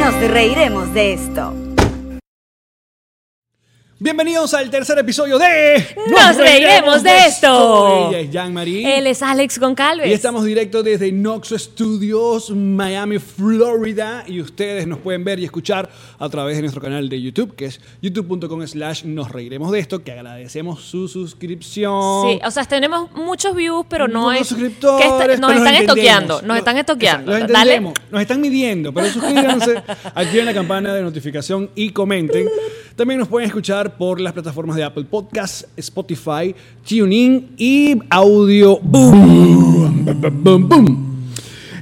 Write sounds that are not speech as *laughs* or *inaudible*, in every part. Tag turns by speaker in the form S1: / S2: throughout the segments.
S1: Nos reiremos de esto.
S2: Bienvenidos al tercer episodio de
S3: Nos reiremos de esto.
S2: Ella es Jean-Marie.
S3: Él es Alex Goncalves.
S2: Y estamos directo desde Noxo Studios, Miami, Florida. Y ustedes nos pueden ver y escuchar a través de nuestro canal de YouTube, que es youtube.com slash nos reiremos de esto, que agradecemos su suscripción.
S3: Sí, o sea, tenemos muchos views, pero no
S2: Muchos
S3: es.
S2: suscriptores,
S3: que esta-
S2: pero
S3: nos
S2: los
S3: están
S2: entendemos.
S3: estoqueando, nos
S2: Lo-
S3: están estoqueando.
S2: Exacto, los
S3: Dale,
S2: entendemos. Nos están midiendo, pero
S3: *laughs*
S2: suscríbanse, activen la campana de notificación y comenten. También nos pueden escuchar por las plataformas de Apple Podcasts, Spotify, TuneIn y Audio Boom. Boom, boom, boom.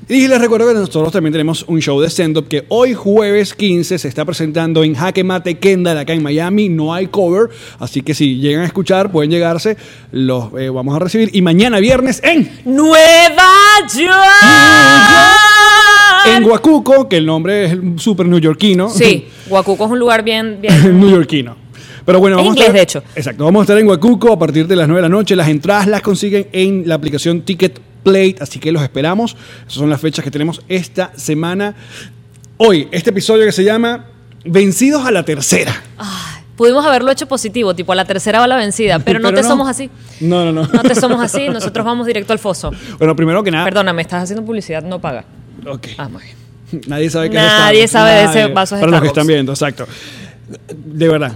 S2: Y les recuerdo que nosotros también tenemos un show de stand-up que hoy jueves 15 se está presentando en Jaque Mate Kendall acá en Miami. No hay cover, así que si llegan a escuchar, pueden llegarse, los eh, vamos a recibir. Y mañana viernes en...
S3: ¡Nueva York!
S2: En Huacuco, que el nombre es súper neoyorquino.
S3: Sí,
S2: *laughs*
S3: Huacuco es un lugar bien. bien.
S2: neoyorquino. Pero bueno,
S3: Es
S2: vamos
S3: inglés,
S2: a
S3: de
S2: estar,
S3: hecho.
S2: Exacto, vamos a estar en Huacuco a partir de las 9 de la noche. Las entradas las consiguen en la aplicación Ticket Plate, así que los esperamos. Esas son las fechas que tenemos esta semana. Hoy, este episodio que se llama Vencidos a la Tercera.
S3: Ah, Pudimos haberlo hecho positivo, tipo a la tercera va la
S2: *laughs*
S3: vencida, pero no te somos así.
S2: No, no, no.
S3: No
S2: *laughs*
S3: te somos así, nosotros vamos directo al foso.
S2: Bueno, primero que nada.
S3: Perdóname, estás haciendo publicidad, no paga.
S2: Ok.
S3: Ah, muy bien.
S2: *laughs* Nadie sabe qué
S3: Nadie
S2: es Starbucks.
S3: sabe de ese vaso de
S2: Para los que
S3: Starbucks.
S2: están viendo, exacto. De verdad,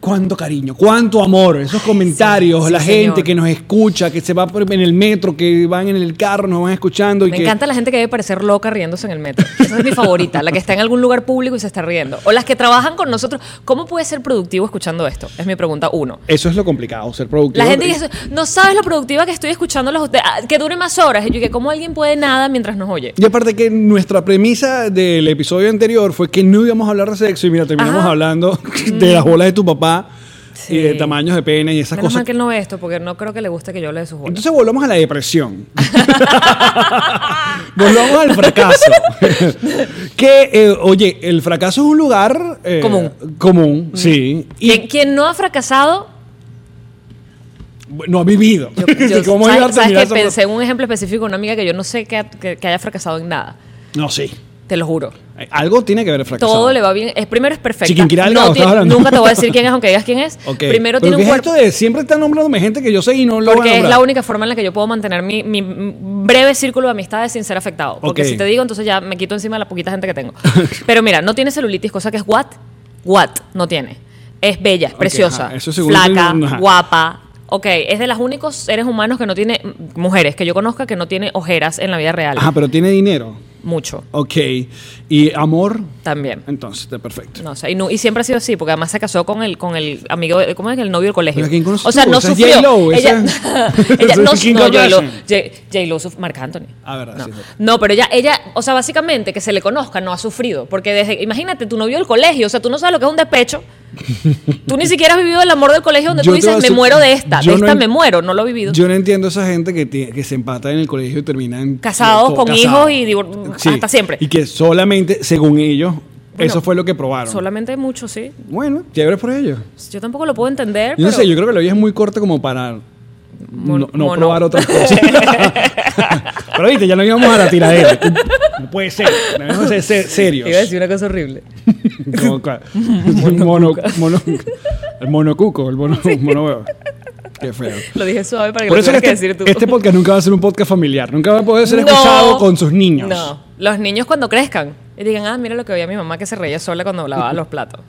S2: cuánto cariño, cuánto amor, esos comentarios,
S3: sí,
S2: la
S3: sí,
S2: gente
S3: señor.
S2: que nos escucha, que se va por- en el metro, que van en el carro, nos van escuchando. Y
S3: Me
S2: que,
S3: encanta la gente que debe parecer loca riéndose en el metro. Esa es mi favorita, la que está en algún lugar público y se está riendo. O las que trabajan con nosotros. ¿Cómo puedes ser productivo escuchando esto? Es mi pregunta uno.
S2: Eso es lo complicado, ser productivo.
S3: La gente dice, no sabes lo productiva que estoy escuchando los ah, que dure más horas. Y yo que cómo alguien puede nada mientras nos oye.
S2: Y aparte que nuestra premisa del episodio anterior fue que no íbamos a hablar de sexo y mira, terminamos
S3: Ajá. Mm.
S2: hablando *laughs* de las bolas de tu papá y de
S3: Sí.
S2: tamaños de pene y esas
S3: Menos mal
S2: cosas.
S3: que él no ve esto, porque no creo que le guste que yo hable de sus bolas.
S2: Entonces volvamos a la depresión. *laughs* volvamos al
S3: *laughs*
S2: fracaso. que, eh, oye, el fracaso es un lugar eh,
S3: Común. Mm.
S2: común, sí. Y
S3: Quien, quien no ha fracasado,
S2: no ha vivido. *laughs*
S3: yo, yo-
S2: ¿Cómo iba a
S3: ¿sabes, sabes
S2: terminar
S3: que
S2: esa-
S3: pensé en un ejemplo específico, una amiga que yo no sé que, ha- que- que haya fracasado en nada.
S2: No, sí.
S3: Te lo juro.
S2: Eh, Algo tiene que ver el fracaso.
S3: Todo le va bien. Es, primero es perfecto.
S2: Chiquinquirá, ¿no? ¿Estás hablando?
S3: nunca te voy a decir quién es, aunque digas quién es. Primero tiene un cuerpo.
S2: esto de siempre están nombrándome gente que yo sé y no lo van a
S3: Porque es
S2: nombrar?
S3: la única forma en la que yo puedo mantener mi, mi breve círculo de amistades sin ser afectado. Porque
S2: Ok.
S3: si te digo, entonces ya me quito encima de la poquita gente
S2: *laughs*
S3: que tengo. Pero mira, no tiene celulitis, cosa que es what? What no tiene. Es bella, es preciosa,
S2: ajá, eso según
S3: flaca,
S2: el- ajá.
S3: guapa. Ok, es de los únicos seres humanos que no tiene, mujeres que yo conozca, que no tiene ojeras en la vida real.
S2: Ajá, pero tiene dinero.
S3: Mucho,
S2: Ok. Y amor,
S3: también.
S2: entonces, está perfecto.
S3: No, o sea, y, nu- y siempre ha sido así, porque además se casó con el, con el amigo, de- ¿cómo es? El novio del colegio.
S2: Pero ¿quién conoces
S3: o sea,
S2: tú?
S3: no
S2: Esa es
S3: sufrió.
S2: J.Lo,
S3: ella,
S2: esa-
S3: *laughs* ella no,
S2: *laughs* esa es Kim
S3: no, J.Lo,
S2: Kardashian.
S3: J- J.Lo, suf- Marc Anthony.
S2: Ah, verdad,
S3: No.
S2: sí, es verdad.
S3: No, pero ella, ella, o sea, básicamente que se le conozca, no ha sufrido. Porque desde, imagínate, tu novio del colegio, o sea, tú no sabes lo que es un despecho.
S2: *laughs*
S3: Tú ni siquiera has vivido el amor del colegio donde
S2: Yo
S3: tú
S2: te voy
S3: dices,
S2: a
S3: me
S2: ser-
S3: muero de esta,
S2: yo
S3: de
S2: no
S3: esta
S2: en-
S3: me muero, no lo he vivido.
S2: Yo no entiendo esa gente que, tie- que se empata en el colegio y terminan
S3: Casados,
S2: co-
S3: con hijos y divor- hasta siempre.
S2: Y que solamente, según ellos, eso fue lo que probaron.
S3: Solamente mucho, sí.
S2: Bueno, chévere por ellos.
S3: Yo tampoco lo puedo entender.
S2: Yo no
S3: pero-
S2: sé, yo creo que la vida es muy corta como para no,
S3: Mon-
S2: no
S3: mono.
S2: probar otras
S3: *laughs*
S2: cosas. Pero viste, ya no íbamos a la tiradera. No puede ser. Debemos ser ser- serios.
S3: Iba a decir una cosa horrible. *laughs*
S2: Como cua- mono, mono, el monocuco, el mono, mono huevo. Qué feo.
S3: Lo dije suave para que
S2: Por
S3: lo
S2: eso que
S3: tuvieras que
S2: este,
S3: decir tú.
S2: este podcast nunca va a ser un podcast familiar. Nunca va a poder ser
S3: No.
S2: escuchado con sus niños.
S3: No, los niños cuando crezcan y digan, ah, mira lo que veía mi mamá que se reía sola cuando lavaba los platos.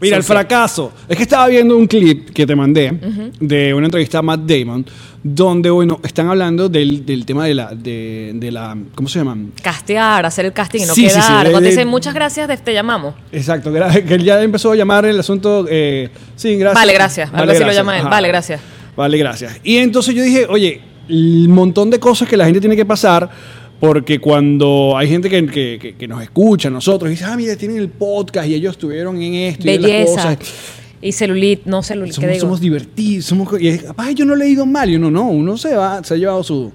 S2: Mira,
S3: Sí,
S2: el
S3: sí.
S2: fracaso. Es que estaba viendo un clip que te mandé de una entrevista a Matt Damon, donde, bueno, están hablando del, del tema de la, de, de la. ¿Cómo se llama?
S3: Castear, hacer el casting y no
S2: Sí, sí, sí,
S3: quedar.
S2: de-
S3: cuando
S2: de-
S3: te dicen, muchas gracias, de- te llamamos.
S2: Exacto, gra- *laughs* que él ya empezó a llamar el asunto. eh, sí, gracias.
S3: Vale, gracias. Algo así lo llama él. Vale, gracias.
S2: Vale, gracias. Y entonces yo dije, oye, el montón de cosas que la gente tiene que pasar Porque cuando hay gente que, que- que- que nos escucha, nosotros, y dice, ah, mira, tienen el podcast y ellos estuvieron en esto y en las
S3: Belleza.
S2: cosas.
S3: Y celulit, no celulit, ¿qué
S2: Somos,
S3: digo?
S2: somos divertidos, somos, co- y es, "Ay, yo no le he ido mal, y uno no, uno se va, se ha llevado su,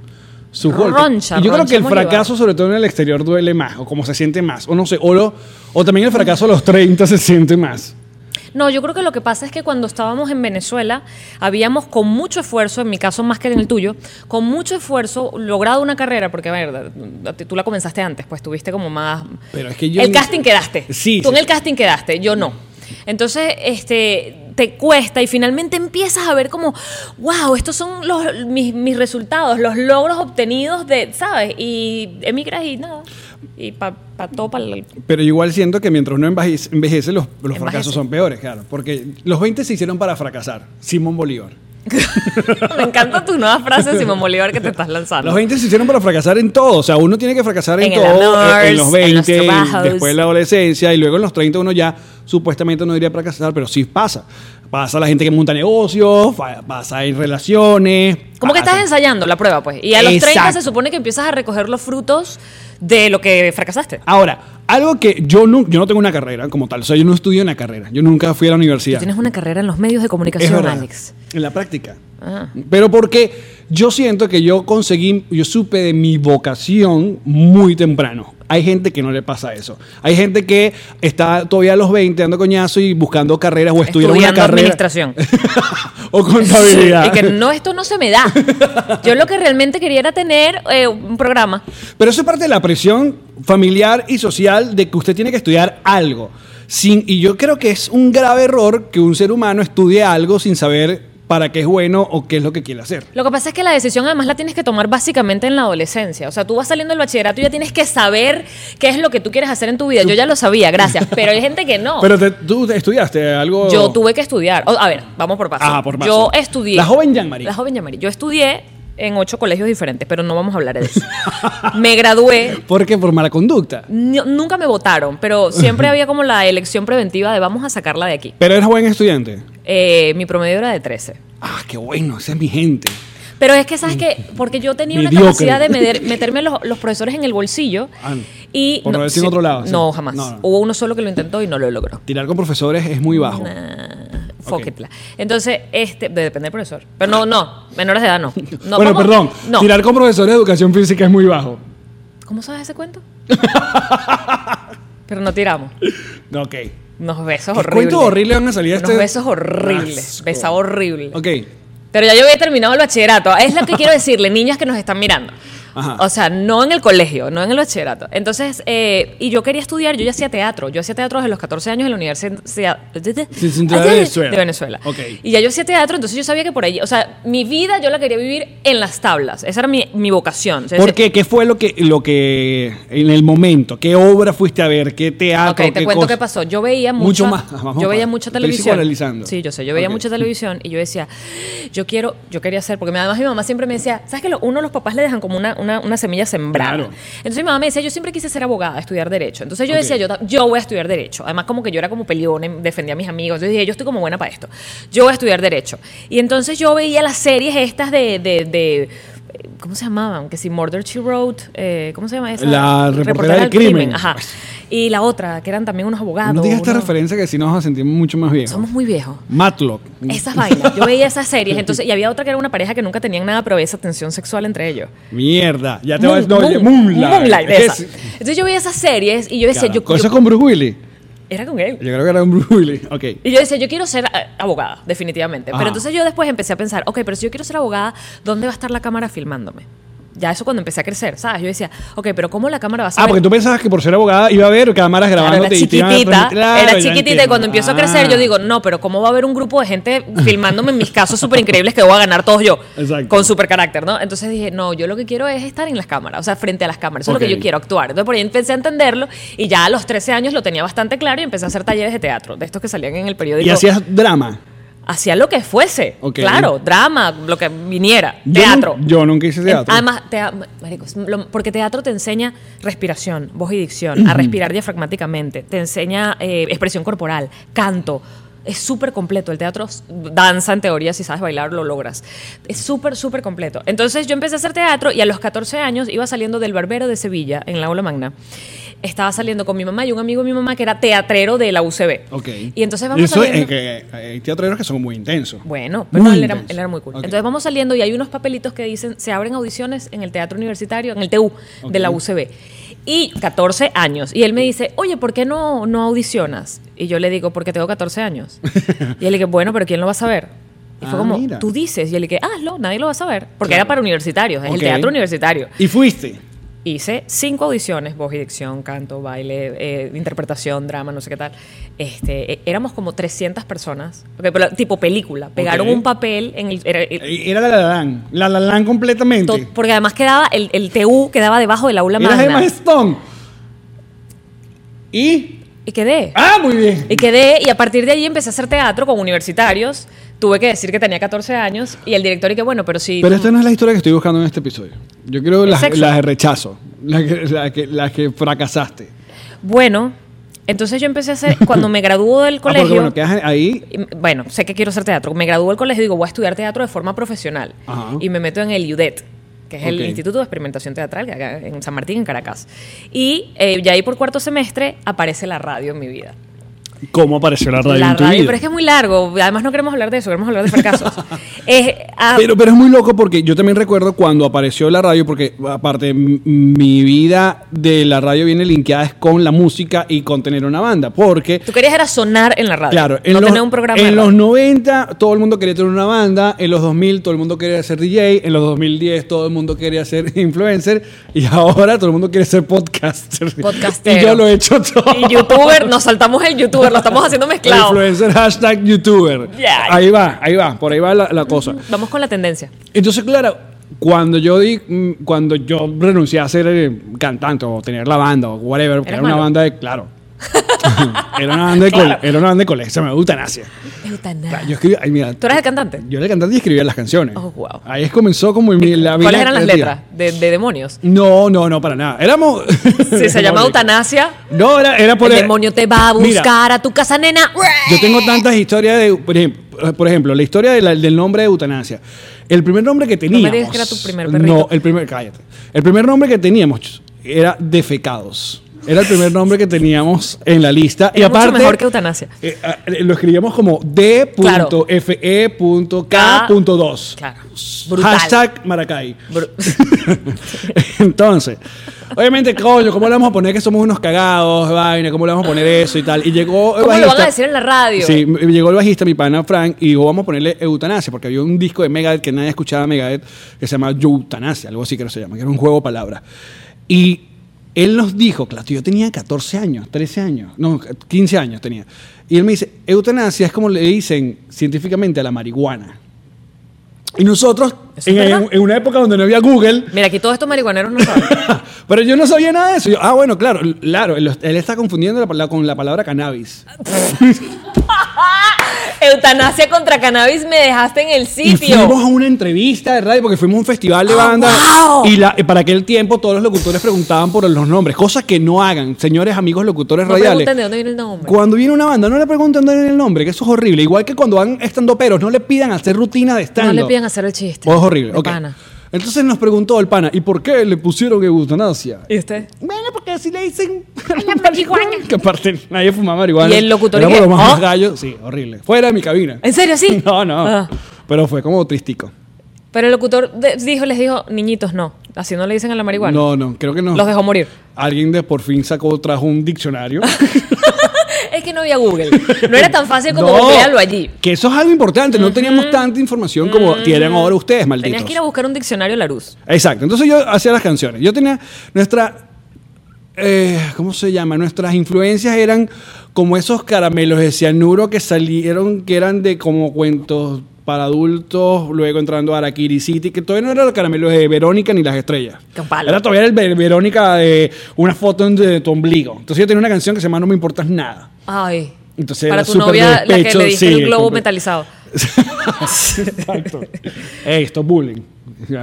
S2: su golpe.
S3: Roncha,
S2: y yo creo
S3: roncha
S2: que el
S3: hemos
S2: fracaso, sobre todo en el exterior, duele más, o como se siente más, o no sé, o, lo- o también el fracaso a los 30 se siente más.
S3: No, yo creo que lo que pasa es que cuando estábamos en Venezuela, habíamos con mucho esfuerzo, en mi caso más que en el tuyo, con mucho esfuerzo logrado una carrera, porque a ver, a ti- tú la comenzaste antes, pues tuviste como más...
S2: Pero es que yo
S3: El
S2: ni-
S3: casting quedaste.
S2: Sí,
S3: Tú en
S2: sí.
S3: el casting quedaste, yo no. Entonces, este te cuesta y finalmente empiezas a ver como, wow, estos son los, mis, mis resultados, los logros obtenidos de, ¿sabes? Y emigras y nada. Y para pa todo, para el
S2: Pero igual siento que mientras uno envejece, envejece, los, los fracasos
S3: Envejece.
S2: son peores, claro. Porque los 20 se hicieron para fracasar. Simón Bolívar.
S3: *laughs* Me encantan tus nuevas frases, Simón Bolívar, que te estás
S2: Los
S3: lanzando.
S2: 20 se hicieron para fracasar en todo. O sea, uno tiene que fracasar en,
S3: En el
S2: todo. eh,
S3: amor,
S2: en los
S3: en
S2: 20,
S3: los trabajos.
S2: después de la adolescencia y luego en los 30 uno ya supuestamente no diría fracasar, pero sí pasa. Pasa la gente que monta negocios, fa- pasa en relaciones.
S3: Como que
S2: pasa.
S3: estás ensayando la prueba, pues. Y a los 30
S2: Exacto.
S3: se supone que empiezas a recoger los frutos de lo que fracasaste.
S2: Ah, Ahora, algo que yo no, yo no tengo una carrera como tal. O sea, yo no estudio una carrera. Yo nunca fui a la
S3: Tú
S2: universidad.
S3: tienes una carrera en los medios de
S2: Es
S3: comunicación,
S2: verdad. *laughs*
S3: Alex.
S2: En la práctica.
S3: Ah.
S2: Pero porque yo siento que yo conseguí, yo supe de mi vocación muy temprano. Hay gente que no le pasa eso. Hay gente que está todavía a los 20 dando coñazo y buscando carreras o estudiando, una
S3: Estudiando
S2: carrera.
S3: administración.
S2: *laughs* o contabilidad.
S3: Y que no, esto no se me da. Yo lo que realmente quería era tener eh, un programa.
S2: Pero eso es parte de la presión familiar y social de que usted tiene que estudiar algo. Sin, y yo creo que es un grave error que un ser humano estudie algo sin saber para qué es bueno o qué es lo que quiere hacer.
S3: Lo que pasa es que la decisión además la tienes que tomar básicamente en la adolescencia. O sea, tú vas saliendo del bachillerato y ya tienes que saber qué es lo que tú quieres hacer en tu vida. Yo ya lo sabía, gracias. Pero hay gente que no.
S2: Pero te- tú estudiaste algo...
S3: Yo tuve que estudiar. O- a ver, vamos por paso.
S2: Oh. Ajá, por paso.
S3: Yo estudié.
S2: La joven Jean-Marie.
S3: La joven Jean-Marie. Yo estudié en ocho colegios diferentes, pero no vamos a hablar de eso. *laughs* me gradué.
S2: ¿Por qué? Por mala conducta.
S3: Ni- nunca me votaron, pero siempre había como la elección preventiva de vamos a sacarla de aquí.
S2: Pero eres buen estudiante.
S3: Eh, mi promedio era de 13.
S2: Ah, qué bueno, esa es mi gente.
S3: Pero es que, ¿sabes qué? Porque yo tenía una
S2: Mm. Mediocre.
S3: capacidad de meder- meterme los, los profesores en el bolsillo.
S2: Ah, no.
S3: y
S2: Por no decir en otro lado, sí.
S3: No, jamás.
S2: No, no.
S3: Hubo uno solo que lo intentó y no lo logró.
S2: Tirar con profesores es muy bajo.
S3: Fuck
S2: Ok.
S3: it, la. Entonces, este, de- depende del profesor. Pero no, no, menores de
S2: *laughs*
S3: edad no. No,
S2: bueno,
S3: vamos-
S2: perdón.
S3: No.
S2: Tirar con profesores de educación física es muy bajo.
S3: ¿Cómo sabes
S2: *laughs*
S3: ese cuento? Pero no tiramos.
S2: No, Ok.
S3: Unos besos
S2: ¿Qué
S3: horribles.
S2: cuentos horribles van a salir a
S3: Unos
S2: este-
S3: besos horribles.
S2: Asco.
S3: Besa horrible.
S2: Ok.
S3: Pero ya yo había terminado el bachillerato. Es lo que
S2: *laughs*
S3: quiero decirle, niñas que nos están mirando.
S2: Ajá.
S3: O sea, no en el colegio, no en el bachillerato. Entonces, eh, y yo quería estudiar, yo ya hacía teatro. Yo hacía teatro desde los 14 años en la Universidad de
S2: Universidad de Venezuela.
S3: De Venezuela.
S2: Ok.
S3: Y ya yo hacía teatro, entonces yo sabía que por allí, o sea, mi vida yo la quería vivir en las tablas. Esa era mi, mi vocación. O sea,
S2: ¿Por
S3: ese-
S2: qué? ¿Qué fue lo que, lo que, en el momento? ¿Qué obra fuiste a ver? ¿Qué teatro?
S3: Ok, te
S2: Ah, qué
S3: cuento
S2: cosa?
S3: qué pasó. Yo veía
S2: Mucho
S3: mucho,
S2: más. Ah, vamos
S3: yo
S2: para-
S3: veía mucha
S2: estoy
S3: televisión.
S2: psicoanalizando.
S3: Sí, yo sé. Yo veía
S2: Ok.
S3: mucha televisión y yo decía, yo quiero, yo quería hacer, porque mi- además mi mamá siempre me decía, ¿sabes que lo- uno los papás le dejan como una, una, una semilla sembrada?
S2: Claro.
S3: Entonces mi mamá me decía, yo siempre quise ser abogada, estudiar derecho. Entonces yo
S2: Ok.
S3: decía, yo, ta- yo voy a estudiar derecho. Además como que yo era como peleón, em, defendía a mis amigos. Yo dije, yo estoy como buena para esto. Yo voy a estudiar derecho. Y entonces yo veía las series estas de... de- de- ¿Cómo se llamaban? Que si Murder She Wrote, eh, ¿cómo se llama esa?
S2: La reportera del crimen.
S3: Ajá. Y la otra, que eran también unos abogados.
S2: No digas esta
S3: unos-
S2: referencia que si no nos vamos a sentir mucho más viejos.
S3: Somos muy viejos.
S2: Matlock.
S3: Esas vainas. Yo veía
S2: *laughs*
S3: esas series. Entonces, y había otra que era una pareja que nunca tenían nada, pero había esa tensión sexual entre ellos.
S2: Mierda. Ya te
S3: Moon-
S2: vas. No,
S3: Moon-
S2: ya- Moonlight.
S3: Moonlight,
S2: Es-
S3: esa. Entonces yo veía esas series y yo decía,
S2: Carajo.
S3: yo,
S2: Eso
S3: yo-
S2: es con Bruce Willis.
S3: era con él.
S2: Yo creo que era con Bruce Willis. Ok.
S3: Y yo decía, yo quiero ser eh, abogada, definitivamente.
S2: Ajá.
S3: Pero entonces yo después empecé a pensar, ok, pero si yo quiero ser abogada, ¿dónde va a estar la cámara filmándome? Ya eso cuando empecé a crecer, ¿sabes? Yo decía, ok, pero ¿cómo la cámara va a
S2: Ah,
S3: saber
S2: porque tú pensabas que por ser abogada iba a haber cámaras
S3: Claro,
S2: grabándote
S3: era
S2: y te iban a
S3: chiquitita,
S2: poner- Claro, ya
S3: era chiquitita y
S2: entiendo.
S3: cuando empiezo a crecer
S2: Ah.
S3: yo digo, no, pero ¿cómo va a haber un grupo de gente filmándome en mis casos súper increíbles que voy a ganar todos yo?
S2: Exacto.
S3: Con súper carácter, ¿no? Entonces dije, no, yo lo que quiero es estar en las cámaras, o sea, frente a las cámaras, eso es lo
S2: Ok.
S3: que yo quiero, actuar. Entonces por ahí empecé a entenderlo y ya a los 13 años lo tenía bastante claro y empecé a hacer talleres de teatro, de estos que salían en el periódico.
S2: Y hacías drama.
S3: Hacía lo que fuese,
S2: Ok.
S3: claro, drama, lo que viniera,
S2: Yo
S3: teatro. Em,
S2: nun- yo nunca hice teatro.
S3: Además, tea- marico, es lo- porque teatro te enseña respiración, voz y dicción, a respirar diafragmáticamente, te enseña eh, expresión corporal, canto. es súper completo. El teatro s- danza en teoría, si sabes bailar lo logras. Es súper, súper completo. Entonces yo empecé a hacer teatro y a los 14 años iba saliendo del Barbero de Sevilla, en la aula magna. Estaba saliendo con mi mamá y un amigo de mi mamá que era teatrero de la UCB.
S2: Ok.
S3: Y entonces vamos
S2: Eso es
S3: saliendo-
S2: que hay teatreros que son muy intensos.
S3: bueno, pero
S2: Muy
S3: él era,
S2: intenso.
S3: él era muy cool.
S2: Ok.
S3: Entonces vamos saliendo y hay unos papelitos que dicen, se abren audiciones en el Teatro Universitario, en el TU de la
S2: Ok.
S3: UCB. Y 14 años. Y él me dice, oye, ¿por qué no, no audicionas? Y yo le digo, porque tengo 14 años. y él le dice, bueno, pero ¿quién lo va a saber? Y fue
S2: Ah,
S3: como,
S2: mira.
S3: tú dices. Y él le dije, hazlo, nadie lo va a saber. Porque
S2: Claro.
S3: era para universitarios, es
S2: Ok.
S3: el teatro universitario.
S2: Y fuiste.
S3: Hice cinco audiciones, voz y dicción, canto, baile, eh, interpretación, drama, no sé qué tal. Este, eh, éramos como 300 personas, Ok, pero tipo película. Pegaron
S2: Ok.
S3: un papel en el... era- el-
S2: Era la la Land. La la Land completamente.
S3: to- porque además quedaba, el, el TU quedaba debajo del aula
S2: Eras Emma
S3: magna.
S2: Stone. Y.
S3: Y quedé.
S2: ¡Ah, muy bien!
S3: Y quedé, y a partir de ahí empecé a hacer teatro con universitarios. Tuve que decir que tenía 14 años y el director y que bueno, pero sí...
S2: Pero esta no es la historia que estoy buscando en este episodio. Yo quiero las,
S3: sexo.
S2: las de rechazo. Las que, las que, las que fracasaste. Ah,
S3: Bueno, entonces yo empecé a hacer... Cuando me graduó del
S2: Ah,
S3: colegio...
S2: porque bueno, quedas ahí.
S3: Y, bueno, sé que quiero hacer teatro. Me graduó del colegio y digo, voy a estudiar teatro de forma profesional.
S2: Ajá.
S3: Y me meto en el IUDET, que es
S2: Ok.
S3: el Instituto de Experimentación Teatral que acá en San Martín, en Caracas. Y eh, ya ahí por cuarto semestre aparece la radio en mi vida.
S2: ¿Cómo apareció la radio
S3: la
S2: en tu
S3: radio,
S2: vida?
S3: pero es que es muy largo. Además no queremos hablar de eso, queremos hablar de
S2: *laughs*
S3: fracasos. Es- ah,
S2: Pero, pero es muy loco porque yo también recuerdo cuando apareció la radio, porque aparte m- mi vida de la radio viene linkeada es con la música y con tener una banda, porque...
S3: Tú querías era sonar en la radio.
S2: Claro, en,
S3: no
S2: los,
S3: tener un programa. de
S2: en los
S3: radio.
S2: 90 todo el mundo quería tener una banda, en los 2000 todo el mundo quería ser DJ, en los 2010 todo el mundo quería ser *laughs* influencer y ahora todo el mundo quiere ser podcaster.
S3: Podcastero.
S2: Y yo lo he hecho todo.
S3: Y
S2: *laughs*
S3: youtuber, nos saltamos el youtuber, lo estamos haciendo mezclado.
S2: Influencer, hashtag youtuber.
S3: Ya.
S2: Ahí va, ahí va, por ahí va la, la cosa.
S3: Vamos con la tendencia.
S2: Entonces, claro, cuando yo di, mm, cuando yo renuncié a ser eh, cantante o tener la banda o whatever, porque
S3: Eres
S2: era una
S3: malo.
S2: banda de, claro.
S3: *laughs*
S2: era una banda de cole, era una banda de colegio, se me gusta nacia.
S3: Eutanasia.
S2: Yo escribí, ay, mira,
S3: ¿Tú eras el cantante?
S2: yo era cantante y escribía las canciones.
S3: Oh, wow.
S2: Ahí es- comenzó como mi la vida
S3: ¿Cuáles eran las
S2: creativa.
S3: letras? De, de demonios.
S2: No, no, no, para nada. Éramos
S3: *laughs* Sí,
S2: *laughs*
S3: se llama
S2: No,
S3: eutanasia.
S2: No, era, era por
S3: el demonio te va a
S2: Mira,
S3: buscar a tu casa, nena.
S2: Yo tengo tantas historias de, por ejemplo, por ejemplo la historia de la- del nombre de eutanasia. El primer nombre que teníamos.
S3: digas que era tu primer perrito.
S2: No, el primer, cállate. El primer nombre que teníamos era defecados. Era el primer nombre que teníamos en la lista. y
S3: Era mucho
S2: aparte.
S3: mejor que eutanasia.
S2: eh, ah, eh, lo escribíamos como E d.fe.k.2.
S3: Claro. Brutal.
S2: Hashtag Maracay.
S3: Bru-
S2: *laughs* Entonces, obviamente, coño, ¿cómo le vamos a poner que somos unos cagados, vaina? ¿Cómo le vamos a poner eso y tal? Y llegó. el
S3: ¿Cómo lo van
S2: bajista-
S3: a decir en la radio?
S2: Sí, m- llegó el bajista, mi pana Frank, y dijo, vamos a ponerle eutanasia, porque había un disco de Megadeth que nadie escuchaba Megadeth, que se llama Eutanasia, algo así que no se llama, que era un juego de palabras. Y él nos dijo, claro, yo tenía 14 años, 13 años, no, 15 años tenía. Y él me dice, eutanasia es como le dicen científicamente a la marihuana. Y nosotros,
S3: ¿Eso es
S2: en,
S3: verdad?
S2: en una época donde no había Google, *laughs*
S3: Mira, aquí todos estos marihuaneros no saben.
S2: pero yo no sabía nada de eso. Yo, ah, bueno, claro, l- claro, él, él está confundiendo la pala- con la palabra cannabis.
S3: *laughs* eutanasia contra cannabis me dejaste en el
S2: Y fuimos
S3: sitio.
S2: a una entrevista de radio porque fuimos a un festival
S3: Ah,
S2: de banda.
S3: wow.
S2: Y la- eh, para aquel tiempo todos los locutores preguntaban por los nombres, cosas que no hagan, señores amigos locutores
S3: No
S2: radiales.
S3: pregunten de dónde viene el nombre.
S2: Cuando viene una banda, no le pregunten dónde viene el nombre, que eso es horrible. Igual que cuando van estando peros, no le pidan hacer rutina de
S3: No
S2: estando.
S3: le pidan hacer el chiste.
S2: Oh, es horrible.
S3: De
S2: ok.
S3: pana.
S2: Entonces nos preguntó el pana, ¿y por qué le pusieron eutanasia?
S3: ¿Y usted?
S2: Bueno, porque así le dicen a la *laughs* marihuana. Que aparte nadie fumaba marihuana.
S3: Y el locutor
S2: Era
S3: que,
S2: por lo más
S3: ¿oh?
S2: gallo. Sí, horrible. Fuera de mi cabina.
S3: ¿En serio, sí?
S2: *laughs* No, no.
S3: Ah.
S2: Pero fue como tristico.
S3: Pero el locutor de- dijo, les dijo, niñitos, no. Así no le dicen a la marihuana.
S2: No, no, creo que no.
S3: Los dejó morir. *laughs*
S2: Alguien de por fin sacó, trajo un diccionario.
S3: Es que no había Google. *laughs* No era tan fácil como
S2: No,
S3: googlearlo allí.
S2: Que eso es algo importante. No teníamos tanta información como tienen ahora ustedes, malditos.
S3: Mm. Tenías que ir a buscar un diccionario la luz.
S2: Exacto. Entonces yo hacía las canciones. Yo tenía nuestra. eh, ¿Cómo se llama? Nuestras influencias eran como esos caramelos de cianuro que salieron, que eran de como cuentos para adultos, luego entrando a Arakiri City, que todavía no eran los caramelos de Verónica ni las estrellas.
S3: Qué palo.
S2: Era todavía el Ver- Verónica de una foto en- de tu ombligo. Entonces yo tenía una canción que se llama No me importas nada. *laughs*
S3: Ay.
S2: Entonces
S3: Para
S2: era
S3: tu
S2: súper
S3: novia, la que
S2: despecho,
S3: le diste
S2: sí,
S3: el globo
S2: comple-
S3: metalizado.
S2: Exacto. Ey, esto es bullying.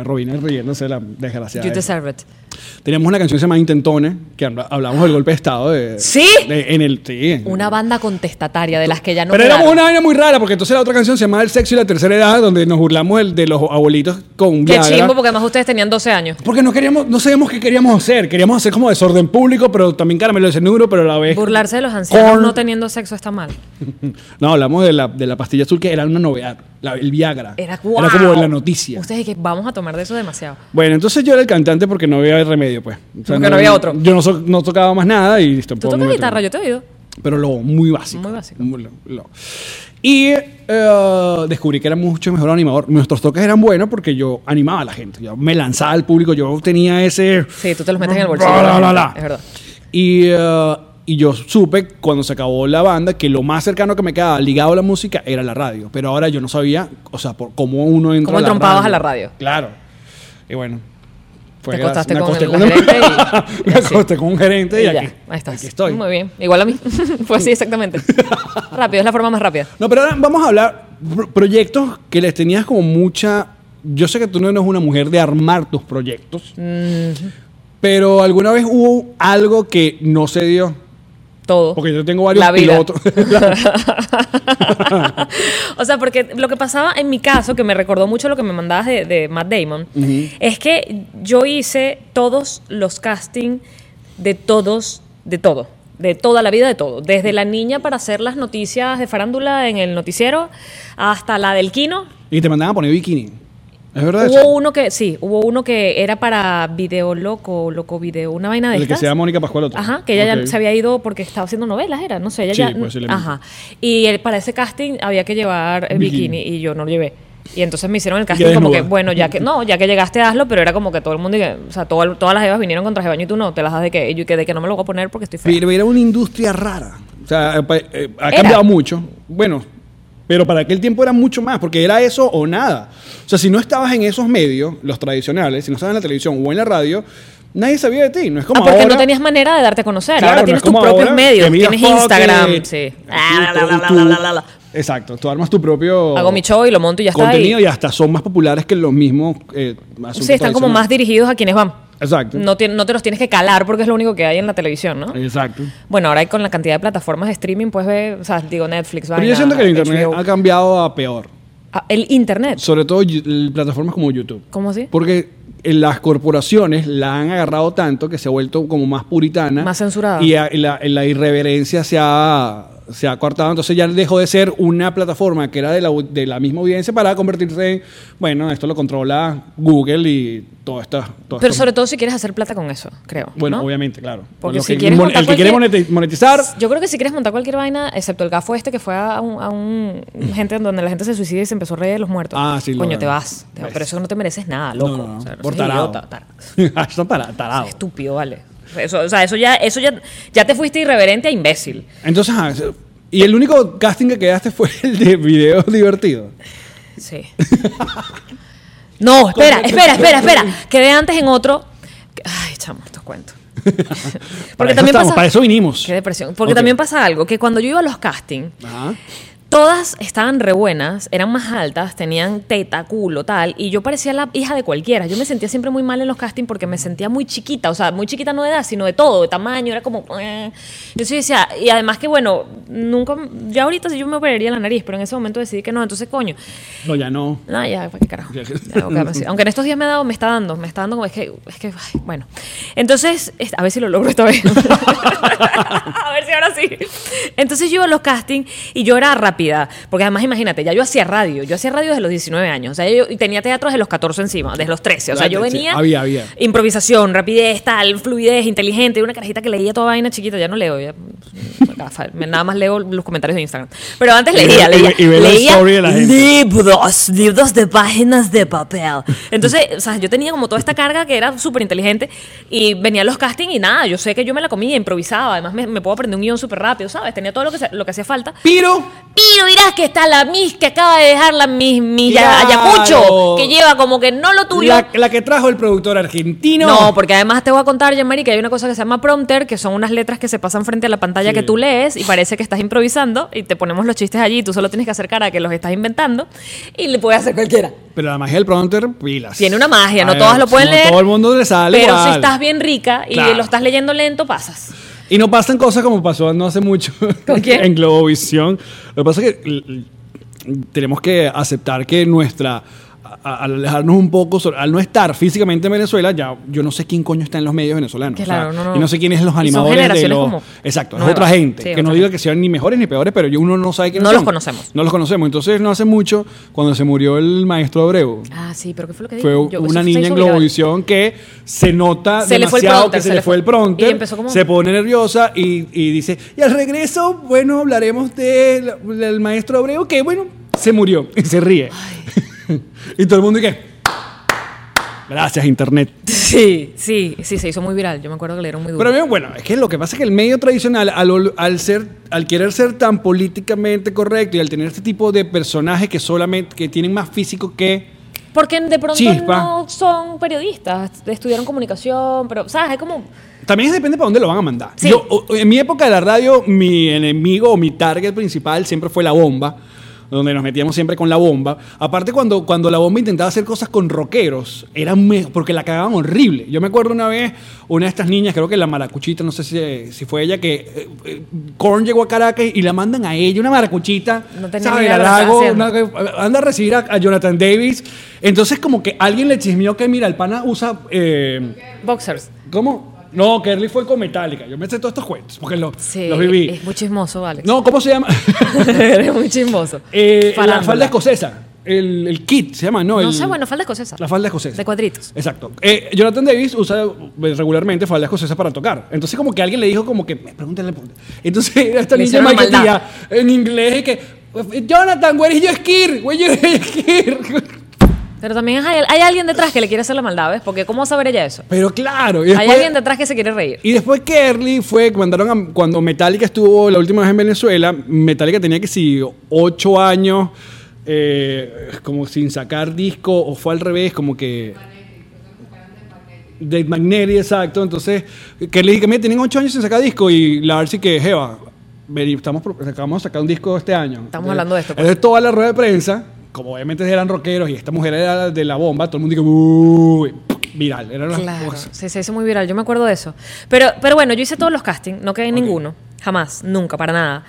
S2: Robina riéndose la desgraciada.
S3: You
S2: esa.
S3: deserve it.
S2: Teníamos una canción que se llama Intentone, que habla- hablamos del golpe de Estado. De,
S3: ¿Sí?
S2: de- en el, sí, en-
S3: Una banda contestataria de las que ya no
S2: Pero éramos
S3: quedaron.
S2: una vaina muy rara, porque entonces la otra canción se llamaba El sexo y la tercera edad, donde nos burlamos del- de los abuelitos con
S3: Qué
S2: Viagra.
S3: chimbo, porque además ustedes tenían 12 años.
S2: Porque no queríamos, no sabíamos qué queríamos hacer. Queríamos hacer como desorden público, pero también caramelo de cenuro, pero a la vez.
S3: Burlarse de los ancianos
S2: Con-
S3: no teniendo sexo está mal.
S2: *laughs* No, hablamos de la, de la pastilla azul, que era una novedad. la- el Viagra.
S3: Era, wow.
S2: como la noticia.
S3: Ustedes que vamos a tomar de eso demasiado.
S2: Bueno, entonces yo era el cantante porque no había remedio, pues. O
S3: Porque no había otro.
S2: Yo no, so- no tocaba más nada y
S3: Tú
S2: tampoco.
S3: tocas
S2: me-
S3: guitarra, yo te he oído.
S2: Pero lo muy básico.
S3: Muy básico.
S2: Lo- lo. Y eh, descubrí que era mucho mejor animador. Nuestros toques eran buenos porque yo animaba a la gente. Yo me lanzaba al público, yo tenía ese...
S3: Sí, tú te los metes en el bolsillo.
S2: Bla, bla,
S3: la
S2: bla,
S3: gente,
S2: bla.
S3: Es verdad.
S2: Y, eh, y yo supe cuando se acabó la banda que lo más cercano que me quedaba ligado a la música era la radio. Pero ahora yo no sabía, o sea, por cómo uno entra
S3: Cómo
S2: a la
S3: entrompabas
S2: radio.
S3: a la radio.
S2: Claro. Y bueno. fue
S3: Te
S2: gracias.
S3: acostaste
S2: Me
S3: con
S2: acosté
S3: el
S2: un-
S3: gerente y-
S2: *laughs*
S3: y
S2: Me
S3: así.
S2: acosté con un gerente y,
S3: Y ya,
S2: aquí,
S3: ahí estás.
S2: aquí estoy.
S3: Muy bien. Igual a mí. *laughs* Fue
S2: *laughs*
S3: así exactamente. Rápido, es la forma más rápida.
S2: No, pero ahora vamos a hablar pro- proyectos que les tenías como mucha. Yo sé que tú no eres una mujer de armar tus proyectos, pero alguna vez hubo algo que no se dio.
S3: Todo.
S2: Porque yo tengo varios
S3: La vida.
S2: pilotos. *laughs*
S3: *laughs* o sea, porque lo que pasaba en mi caso, que me recordó mucho lo que me mandabas de, de Matt Damon, es que yo hice todos los castings de todos, de todo. De toda la vida, de todo. Desde la niña para hacer las noticias de farándula en el noticiero hasta la del Kino,
S2: y te mandaban a poner bikini. ¿Es verdad
S3: Hubo
S2: eso?
S3: uno que, sí, hubo uno que era para video loco, loco video, una vaina de
S2: El que
S3: estas.
S2: se llama Mónica Pascualotto.
S3: Ajá, que ella
S2: Ok.
S3: ya se había ido porque estaba haciendo novelas, era, no sé, ella
S2: Sí,
S3: ya.
S2: puede ser la misma.
S3: Ajá. Y él- para ese casting había que llevar eh,
S2: Bikini.
S3: bikini. y yo no lo llevé. Y entonces me hicieron el
S2: Ya
S3: casting como
S2: desnuda.
S3: que, bueno, ya que no, ya que llegaste, hazlo, pero era como que todo el mundo, o sea, todo el- todas las evas vinieron con traje de baño y tú no, te las das de que, y yo que de que no me lo voy a poner porque estoy fea.
S2: Pero era una industria rara. O sea, eh, pa- eh, ha
S3: Era.
S2: cambiado mucho. Bueno, pero para aquel tiempo era mucho más, porque era eso o nada. O sea, si no estabas en esos medios, los tradicionales, si no estabas en la televisión o en la radio, nadie sabía de ti. No es como
S3: Ah, porque
S2: ahora,
S3: no tenías manera de darte a conocer.
S2: Claro,
S3: ahora
S2: no
S3: tienes
S2: es como
S3: tus propios
S2: ahora,
S3: medios,
S2: que miras
S3: tienes
S2: fotos,
S3: Instagram.
S2: que-
S3: Sí.
S2: aquí,
S3: Ah,
S2: tú-
S3: la, la, la,
S2: tú-
S3: la, la, la, la.
S2: Exacto, tú armas tu propio
S3: Hago mi show y lo monto y ya está,
S2: contenido
S3: y-
S2: y hasta son más populares que los mismos eh, asuntos
S3: Sí, están como más
S2: tradicionales.
S3: dirigidos a quienes van.
S2: Exacto.
S3: No, tien- no te los tienes que calar porque es lo único que hay en la televisión, ¿no?
S2: Exacto.
S3: Bueno, ahora hay con la cantidad de plataformas de streaming, pues ve, o sea, digo Netflix,
S2: Pero yo
S3: vaina,
S2: siento que el internet
S3: HBO.
S2: ha cambiado a peor.
S3: Ah, el internet.
S2: Sobre todo yu- l- plataformas como YouTube.
S3: ¿Cómo así?
S2: Porque eh, las corporaciones la han agarrado tanto que se ha vuelto como más puritana.
S3: Más censurada.
S2: Y a- y la, y la irreverencia se ha, se ha coartado. Entonces ya dejó de ser una plataforma que era de la, au- de la misma audiencia para convertirse en, bueno, esto lo controla Google y todo esto. todo
S3: Pero
S2: esto.
S3: sobre todo si quieres hacer plata con eso, creo.
S2: Bueno,
S3: ¿no?
S2: obviamente, claro.
S3: Porque
S2: Lo
S3: si
S2: que
S3: quieres
S2: mon-
S3: montar
S2: el que quiere
S3: cualquier-
S2: moneti- monetizar,
S3: Yo creo que si quieres montar cualquier vaina, excepto el gafo este que fue a un, a un- gente en donde la gente se suicida y se empezó a reír de los muertos.
S2: Mm. Ah, sí, lo
S3: Coño,
S2: veo.
S3: te vas. Te vas.
S2: Ves.
S3: Pero eso no te mereces nada, Ah,
S2: No,
S3: loco.
S2: no, no.
S3: O sea, no
S2: Por
S3: seas
S2: tarado.
S3: idiota, tarado.
S2: *laughs* Hashtag para- tarado.
S3: Estúpido, vale. Eso, o sea, eso ya, eso ya, ya te fuiste irreverente a imbécil.
S2: Entonces, ah, y el único casting que quedaste fue *laughs* el de videos divertidos.
S3: Sí. *laughs* No, espera, espera, espera, espera. Quedé antes en otro. Ay, chamo,
S2: *laughs*
S3: estos cuentos.
S2: Para eso estamos, para eso vinimos.
S3: Qué depresión. Porque
S2: Ok.
S3: también pasa algo, que cuando yo iba a los castings,
S2: Ajá.
S3: todas estaban re buenas, eran más altas, tenían teta, culo, tal, y yo parecía la hija de cualquiera. Yo me sentía siempre muy mal en los castings porque me sentía muy chiquita, o sea, muy chiquita no de edad, sino de todo, de tamaño, era como... eh. Yo sí decía, y además que bueno, nunca, ya ahorita sí yo me operaría la nariz, pero en ese momento decidí que no, entonces coño,
S2: No, ya no.
S3: no, ya, ¿para qué carajo?
S2: Ya.
S3: Ya, ok, me- sí. Aunque en estos días me ha dado, me está dando, me está dando como es que, es que, ay, bueno. Entonces, es- a ver si lo logro esta vez. *laughs* a ver si ahora sí. Entonces yo iba a los castings y yo era rápida, porque además imagínate, ya yo hacía radio, yo hacía radio desde los 19 años, o sea, yo y tenía teatro desde los 14 encima, desde los 13, o sea, yo
S2: Sí,
S3: venía...
S2: había, había.
S3: Improvisación, rapidez, tal, fluidez, inteligente, una carajita que leía toda vaina chiquita, ya no leo, ya, gafa, *laughs* me- nada más leo los comentarios de Instagram. Pero antes
S2: Y ve-
S3: leía,
S2: y
S3: leía,
S2: ve- y ve la
S3: leía
S2: story de la gente.
S3: libros, libros de páginas de papel. Entonces, o sea, yo tenía como toda esta carga que era súper inteligente y venía a los castings y nada, yo sé que yo me la comía, improvisaba, además me, me puedo aprender un guión súper rápido, ¿sabes? Tenía todo lo que, se- lo que hacía falta.
S2: Pero
S3: Pero Miro, dirás que está la Miss que acaba de dejar la Miss, Miss ya-
S2: Claro.
S3: Ayacucho, que lleva como que no lo tuyo.
S2: La, la que trajo el productor argentino.
S3: No, porque además te voy a contar, Yamari, que hay una cosa que se llama prompter, que son unas letras que se pasan frente a la pantalla
S2: Sí.
S3: que tú lees y parece que estás improvisando y te ponemos los chistes allí y tú solo tienes que hacer cara a que los estás inventando y le puedes hacer cualquiera.
S2: Pero la magia del prompter, pilas.
S3: Tiene una magia,
S2: A
S3: no
S2: ver,
S3: todas lo pueden
S2: no
S3: leer.
S2: Todo el mundo le sale.
S3: Pero si
S2: igual.
S3: estás bien rica y
S2: Claro.
S3: lo estás leyendo lento, pasas.
S2: Y no pasan cosas como pasó no hace mucho
S3: *laughs* ¿Con quién?
S2: en Globovisión. Lo que pasa es que l- l- tenemos que aceptar que nuestra a- a- al alejarnos un poco, sobre- al no estar físicamente en Venezuela, ya yo no sé quién coño está en los medios venezolanos.
S3: Claro,
S2: o sea,
S3: no, no.
S2: Y no sé quiénes son los
S3: Y son
S2: animadores de
S3: generaciones
S2: los-
S3: como
S2: Exacto, es
S3: nuevas.
S2: otra gente.
S3: Sí,
S2: que no
S3: otra
S2: diga
S3: gente.
S2: que sean ni mejores ni peores, pero yo uno no sabe quiénes
S3: No los
S2: son.
S3: conocemos.
S2: No los conocemos. Entonces no hace mucho, cuando se murió el maestro Abreu,
S3: Ah, sí, pero ¿qué fue lo que
S2: fue
S3: dijo? Yo- pues,
S2: una
S3: eso se
S2: niña
S3: hizo
S2: en
S3: viral.
S2: Globovisión que se nota
S3: Se le fue el
S2: demasiado
S3: prompter,
S2: que se, le fue el prompter,
S3: Y empezó como-
S2: se pone nerviosa y, y dice, y al regreso, bueno, hablaremos del, del maestro Abreu, que bueno, se murió *laughs* y se ríe. *laughs* y todo el mundo dice, gracias Internet.
S3: Sí, sí, sí, se hizo muy viral. Yo me acuerdo que le dieron muy duro.
S2: Pero a mí, bueno, es que lo que pasa es que el medio tradicional, al, ol- al ser, al querer ser tan políticamente correcto y al tener este tipo de personajes que solamente, que tienen más físico que...
S3: Porque de pronto
S2: Chispa.
S3: no son periodistas, estudiaron comunicación, pero, ¿sabes? Es como.
S2: También depende para dónde lo van a mandar.
S3: Sí.
S2: Yo, o- en mi época de la radio, mi enemigo o mi target principal siempre fue la bomba, donde nos metíamos siempre con la bomba. Aparte, cuando, cuando la bomba intentaba hacer cosas con rockeros, era me- porque la cagaban horrible. Yo me acuerdo una vez, una de estas niñas, creo que la maracuchita, no sé si, si fue ella, que eh, eh, Korn llegó a Caracas y la mandan a ella, una maracuchita,
S3: No tenía
S2: ¿sabes?
S3: ni idea de lo que
S2: Arago,
S3: estaba
S2: una- anda a recibir a, a Jonathan Davis. Entonces, como que alguien le chismeó que, mira, el pana usa... eh,
S3: Boxers.
S2: ¿Cómo? No, Kerly fue con Metallica. Yo me sé todos estos cuentos porque lo-
S3: Sí,
S2: los viví.
S3: Es muy chismoso, vale.
S2: *laughs* No, ¿cómo se llama?
S3: *laughs*
S2: *laughs*
S3: Eres muy chismoso.
S2: Eh, la
S3: Farándula.
S2: falda escocesa. El, el kit se llama, ¿no?
S3: No
S2: El-
S3: sé, bueno, falda escocesa.
S2: La falda escocesa.
S3: De cuadritos.
S2: Exacto. Eh, Jonathan Davis usa eh, regularmente falda escocesa para tocar. Entonces, como que alguien le dijo, como que, "Me- pregúntale. pregúntale". Entonces, *laughs* esta niña
S3: Le hicieron una
S2: maquetilla
S3: maldad.
S2: en inglés y que, Jonathan, where is your skir? Where is your *laughs* skir?
S3: Pero también hay, hay alguien detrás que le quiere hacer la maldad, ¿ves? Porque ¿cómo va a saber ella eso?
S2: Pero claro. y
S3: Hay
S2: después-
S3: alguien detrás que se quiere reír.
S2: Y después Kerly fue, mandaron a- cuando Metallica estuvo la última vez en Venezuela, Metallica tenía que si ocho años, eh, como sin sacar disco, o fue al revés, como que... De Magnetti, exacto. Entonces, Kerly dije, mira, tienen ocho años sin sacar disco y la Arcy que, Jeva, vení, estamos, pro- acabamos de sacar un disco este año.
S3: Estamos hablando de esto, pues.
S2: Entonces, toda la rueda de prensa, como obviamente eran rockeros y esta mujer era de la bomba, todo el mundo dijo, "Uy", viral. Eran las
S3: Claro,
S2: cosas.
S3: sí, se hizo muy viral, yo me acuerdo de eso. Pero, pero bueno, yo hice todos los castings, no quedé en ninguno, jamás, nunca, para nada.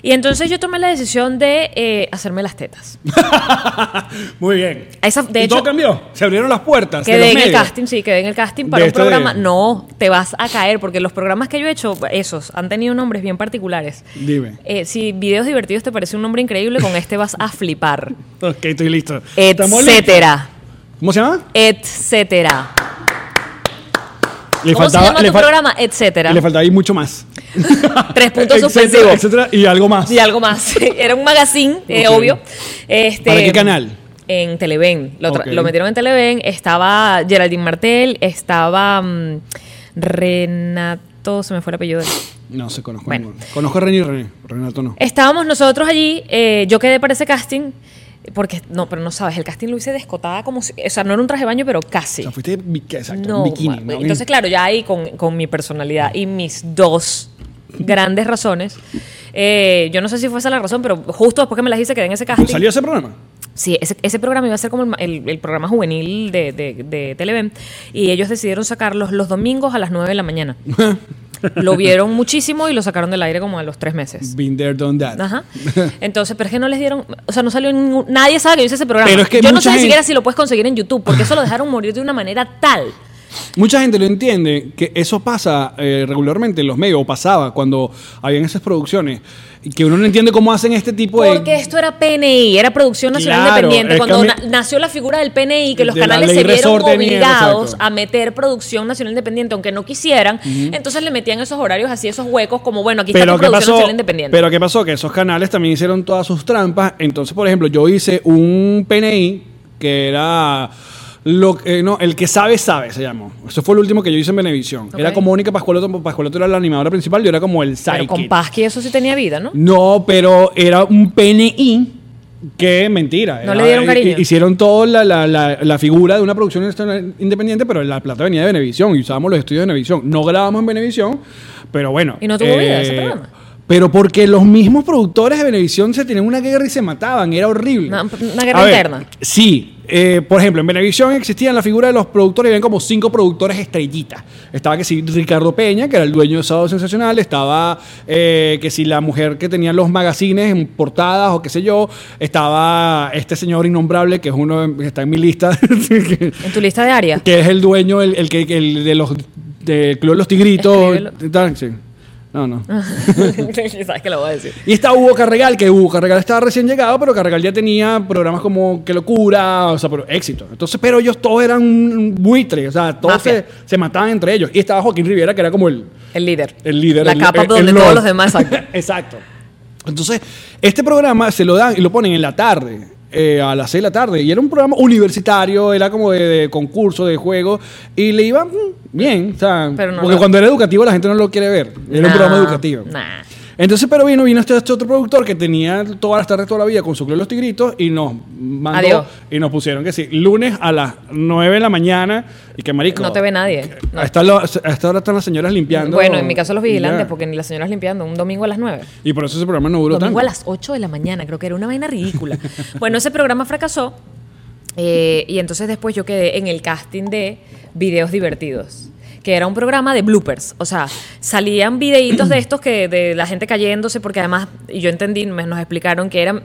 S3: Y entonces yo tomé la decisión de eh, hacerme las tetas.
S2: Muy bien.
S3: Esa- de
S2: y
S3: hecho-
S2: todo cambió. Se abrieron las puertas. de
S3: Quedé
S2: los
S3: en el
S2: medios.
S3: casting, sí, quedé en el casting para
S2: De
S3: un
S2: este
S3: programa.
S2: de-
S3: No, te vas a caer, porque los programas que yo he hecho, esos, han tenido nombres bien particulares.
S2: Dime.
S3: Eh, si videos divertidos te parece un nombre increíble, con este vas
S2: *laughs*
S3: a flipar.
S2: Ok, estoy listo. Estamos listos.
S3: Etcétera.
S2: ¿Cómo se llama?
S3: Etcétera.
S2: Le
S3: ¿Cómo se llama tu
S2: fal-
S3: programa? Etcétera.
S2: y le faltaba ahí mucho más.
S3: *laughs* Tres puntos
S2: Etcétera,
S3: suspensivos.
S2: Etcétera, y algo más.
S3: Y algo más. *laughs* Era un magazine, eh,
S2: Ok.
S3: obvio. Este,
S2: ¿Para qué canal?
S3: En Televen. Lo, tra-
S2: Ok.
S3: lo metieron en Televen. Estaba Geraldine Martel, estaba mm, Renato, se me fue el apellido. de él.
S2: No sé, conozco
S3: Bueno. Eh,
S2: ninguno. Conozco a René y René. Renato no.
S3: Estábamos nosotros allí, eh, yo quedé para ese casting, porque, no, pero no sabes, el casting lo hice descotada como si, o sea, no era un traje de baño, pero
S2: O
S3: casi.
S2: sea, fuiste bi- exacto,
S3: No,
S2: bikini.
S3: ma-
S2: ¿no?
S3: entonces claro, ya ahí con, con mi personalidad y mis dos grandes razones, eh, yo no sé si fue esa la razón, pero justo después que me las hice quedé en ese casting.
S2: ¿Pues ¿Salió ese programa?
S3: Sí, ese, ese programa iba a ser como el, ma- el- el programa juvenil de, de, de Televen y ellos decidieron sacarlos los domingos a las 9 de
S2: *laughs*
S3: la mañana. lo vieron muchísimo y lo sacaron del aire como a los tres meses.
S2: Been there, done that.
S3: Ajá. Entonces, pero es que no les dieron, o sea, no salió ningún, nadie sabe que yo hice ese programa.
S2: Pero es que
S3: yo no
S2: mucha
S3: sé ni
S2: gente-
S3: siquiera si lo puedes conseguir en YouTube, porque eso lo dejaron morir de una manera tal.
S2: Mucha gente lo entiende, que eso pasa eh, regularmente en los medios, o pasaba cuando habían esas producciones, y que uno no entiende cómo hacen este tipo de...
S3: Porque esto era PNI, era Producción Nacional
S2: Claro,
S3: Independiente.
S2: es que
S3: Cuando
S2: a mí-
S3: na- nació la figura del PNI, que los
S2: De la
S3: canales
S2: ley
S3: se vieron
S2: resorte de mierda,
S3: obligados
S2: exacto.
S3: a meter Producción Nacional Independiente, aunque no quisieran, entonces le metían esos horarios así, esos huecos, como bueno, aquí está tu Producción Nacional Independiente.
S2: Pero ¿qué pasó? Que esos canales también hicieron todas sus trampas. Entonces, por ejemplo, yo hice un PNI que era Lo, eh, no, el que sabe, sabe, se llamó. Eso fue el último que yo hice en Benevisión. Era
S3: Ok.
S2: como Mónica Pascualoto, Pascualoto era la animadora principal, yo era como el
S3: Pero
S2: sidekick.
S3: con Pasqui eso sí tenía vida, ¿no?
S2: No, pero era un PNI que mentira.
S3: No
S2: era-
S3: le dieron cariño.
S2: hi- Hicieron toda la, la- la- la figura de una producción externa- independiente, pero la plata venía de Benevisión y usábamos los estudios de Benevisión. No grabamos en Benevisión, pero bueno. eh,
S3: Y no tuvo vida ese programa.
S2: Pero porque los mismos productores de Benevisión se tenían una guerra y se mataban, era horrible.
S3: Una- una guerra
S2: A ver,
S3: interna.
S2: Sí. eh, por ejemplo, en Benevisión existían la figura de los productores, habían como cinco productores estrellitas. Estaba que sí, Ricardo Peña, que era el dueño de Sábado Sensacional, estaba eh, que si la mujer que tenía los magazines en portadas o qué sé yo, estaba este señor innombrable, que es uno de- que está en mi lista, *laughs* que,
S3: En tu lista
S2: *laughs*
S3: de área.
S2: que es el dueño, el, el que el de los del Club de los Tigritos.
S3: Escríbelo.
S2: tal, sí. No, no.
S3: *laughs* Sabes que lo voy a decir.
S2: Y está Hugo Carregal, que Hugo Carregal estaba recién llegado, pero Carregal ya tenía programas como Qué locura, o sea, pero éxito. Entonces, pero ellos todos eran un buitre, o sea, todos
S3: Mafia.
S2: se, se mataban entre ellos. Y estaba Joaquín Riviera, que era como el,
S3: El líder.
S2: el líder.
S3: La
S2: el-
S3: capa
S2: el-
S3: donde
S2: el
S3: todos
S2: Lord. *laughs*
S3: los demás sacan.
S2: Exacto. Entonces, este programa se lo dan y lo ponen en la tarde. eh, a las 6 de la tarde y era un programa universitario era como de, de concurso de juego y le iba mm, bien o sea,
S3: Pero no
S2: porque
S3: lo-
S2: cuando era educativo la gente no lo quiere ver era un
S3: Nah,
S2: programa educativo
S3: nah.
S2: entonces, pero vino, vino este, este otro productor que tenía todas las tardes toda la vida con su club de Los Tigritos y nos mandó
S3: Adiós.
S2: y nos pusieron que sí, lunes a las 9 de la mañana y que marico.
S3: No te ve nadie. No.
S2: A esta, lo- a esta hora están las señoras limpiando.
S3: Bueno, en mi caso los vigilantes,
S2: Y ya.
S3: porque ni las señoras limpiando, un domingo a las 9.
S2: Y por eso ese programa no duró tanto.
S3: Domingo a las 8 de la mañana, creo que era una vaina ridícula. *laughs* bueno, ese programa fracasó eh, y entonces después yo quedé en el casting de videos divertidos que era un programa de bloopers, o sea, salían videitos de estos que de la gente cayéndose, porque además y yo entendí, me, nos explicaron que eran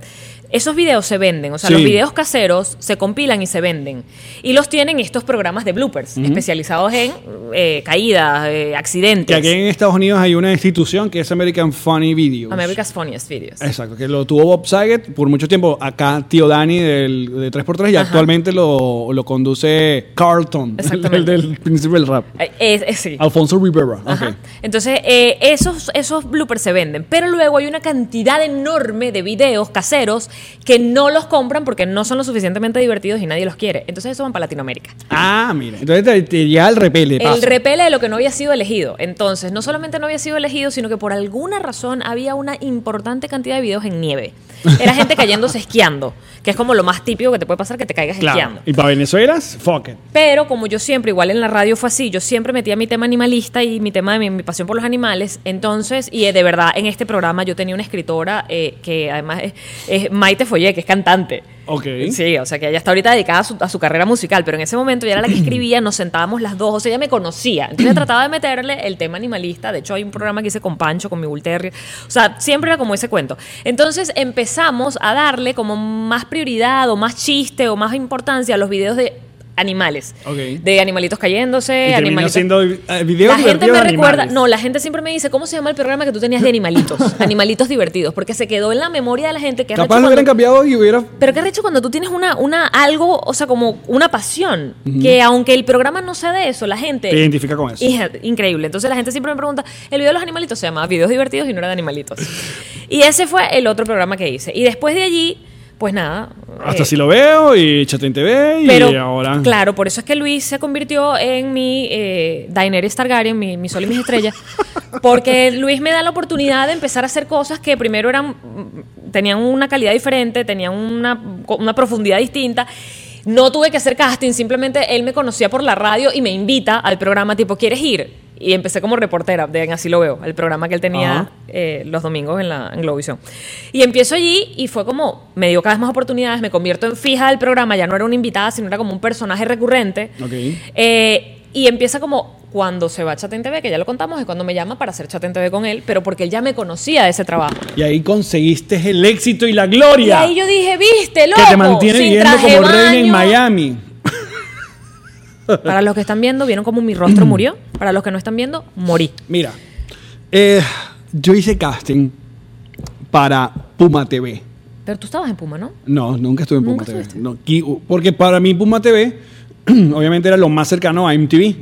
S3: esos videos se venden, o sea, los
S2: Sí.
S3: videos caseros se compilan y se venden y los tienen estos programas de bloopers especializados en eh, caídas, eh,
S2: Que
S3: accidentes.
S2: aquí en Estados Unidos hay una institución que es American Funny Videos.
S3: America's Funniest Videos.
S2: Exacto, que lo tuvo Bob Saget por mucho tiempo. Acá tío Dani del, de 3x3 y actualmente lo, lo conduce Carlton, *laughs*
S3: Exactamente.
S2: el del príncipe del rap.
S3: Eh, eh, eh, sí.
S2: Alfonso Rivera.
S3: Ajá.
S2: ok.
S3: Entonces, eh, esos, esos bloopers se venden, pero luego hay una cantidad enorme de videos caseros que no los compran porque no son lo suficientemente divertidos y nadie los quiere. Entonces, eso van para Latinoamérica.
S2: Ah, mira. Entonces te, te llega el repele.
S3: El
S2: paso.
S3: repele de lo que no había sido elegido. Entonces, no solamente no había sido elegido, sino que por alguna razón había una importante cantidad de videos en nieve. Era gente cayéndose *laughs* esquiando, que es como lo más típico que te puede pasar que te caigas
S2: Claro.
S3: esquiando.
S2: Y para Venezuela, fuck it.
S3: Pero como yo siempre, igual en la radio fue así, yo siempre metía mi tema animalista y mi tema de mi, mi pasión por los animales. Entonces, y eh, de verdad, en este programa yo tenía una escritora eh, que además es, es Maite Follé, que es cantante.
S2: Ok.
S3: Sí, o sea que ella está ahorita dedicada a su, a su carrera musical, pero en ese momento ella era la
S2: *clears throat*
S3: que escribía, nos sentábamos las dos, o sea, ella me conocía. Entonces ella trataba de meterle el tema animalista. De hecho, hay un programa que hice con Pancho, con mi Bull Terrier. O sea, siempre era como ese cuento. Entonces empezamos a darle como más prioridad o más chiste o más importancia a los videos de animales.
S2: Ok.
S3: De animalitos cayéndose,
S2: Y terminó
S3: animalitos.
S2: siendo, eh, videos
S3: la gente
S2: divertidos
S3: me
S2: de
S3: recuerda,
S2: animales.
S3: no, la gente siempre me dice, ¿cómo se llama el programa que tú tenías
S2: *laughs*
S3: de animalitos? animalitos divertidos, porque se quedó en la memoria de la gente que
S2: Capaz lo hubieran cambiado y hubiera.
S3: pero qué recho cuando tú tienes una, una algo, o sea, como una pasión, que aunque el programa no sea de eso, la gente...
S2: Te identifica con eso.
S3: Hija, increíble. Entonces la gente siempre me pregunta, el video de los animalitos se llamaba Videos Divertidos y no era de animalitos. y ese fue el otro programa que hice. Y después de allí, pues nada.
S2: Hasta
S3: eh,
S2: si lo veo y Chatín TV y
S3: pero,
S2: ahora.
S3: claro, por eso es que Luis se convirtió en mi eh, Daenerys Targaryen, mi, mi sol y mis estrellas, porque Luis me da la oportunidad de empezar a hacer cosas que primero eran mm, tenían una calidad diferente, tenían una, una profundidad distinta. No tuve que hacer casting, simplemente él me conocía por la radio y me invita al programa tipo, ¿quieres ir? Y empecé como reportera, de en Así lo veo, el programa que él tenía
S2: Ajá.
S3: eh, los domingos en la en Globovisión. Y empiezo allí y fue como, me dio cada vez más oportunidades, me convierto en fija del programa, ya no era una invitada, sino era como un personaje recurrente.
S2: Ok.
S3: Eh, y empieza como cuando se va a Chat en TV, que ya lo contamos, es cuando me llama para hacer Chat en TV con él, pero porque él ya me conocía de ese trabajo.
S2: Y ahí conseguiste el éxito y la
S3: Y
S2: gloria.
S3: ahí yo dije, viste, loco,
S2: que te mantiene
S3: sin
S2: viviendo
S3: traje
S2: como reina en
S3: baño".
S2: Miami. *laughs*
S3: Para los que están viendo, vieron como
S2: *clears throat*
S3: mi rostro murió. Para los que no están viendo, morí.
S2: Mira, eh, yo hice casting para Puma TV.
S3: Pero tú estabas en Puma, ¿no?
S2: No, nunca estuve en Puma
S3: ¿Nunca
S2: TV.
S3: estuviste?
S2: No, qui- porque para mí Puma TV, *clears throat* obviamente era lo más cercano a MTV.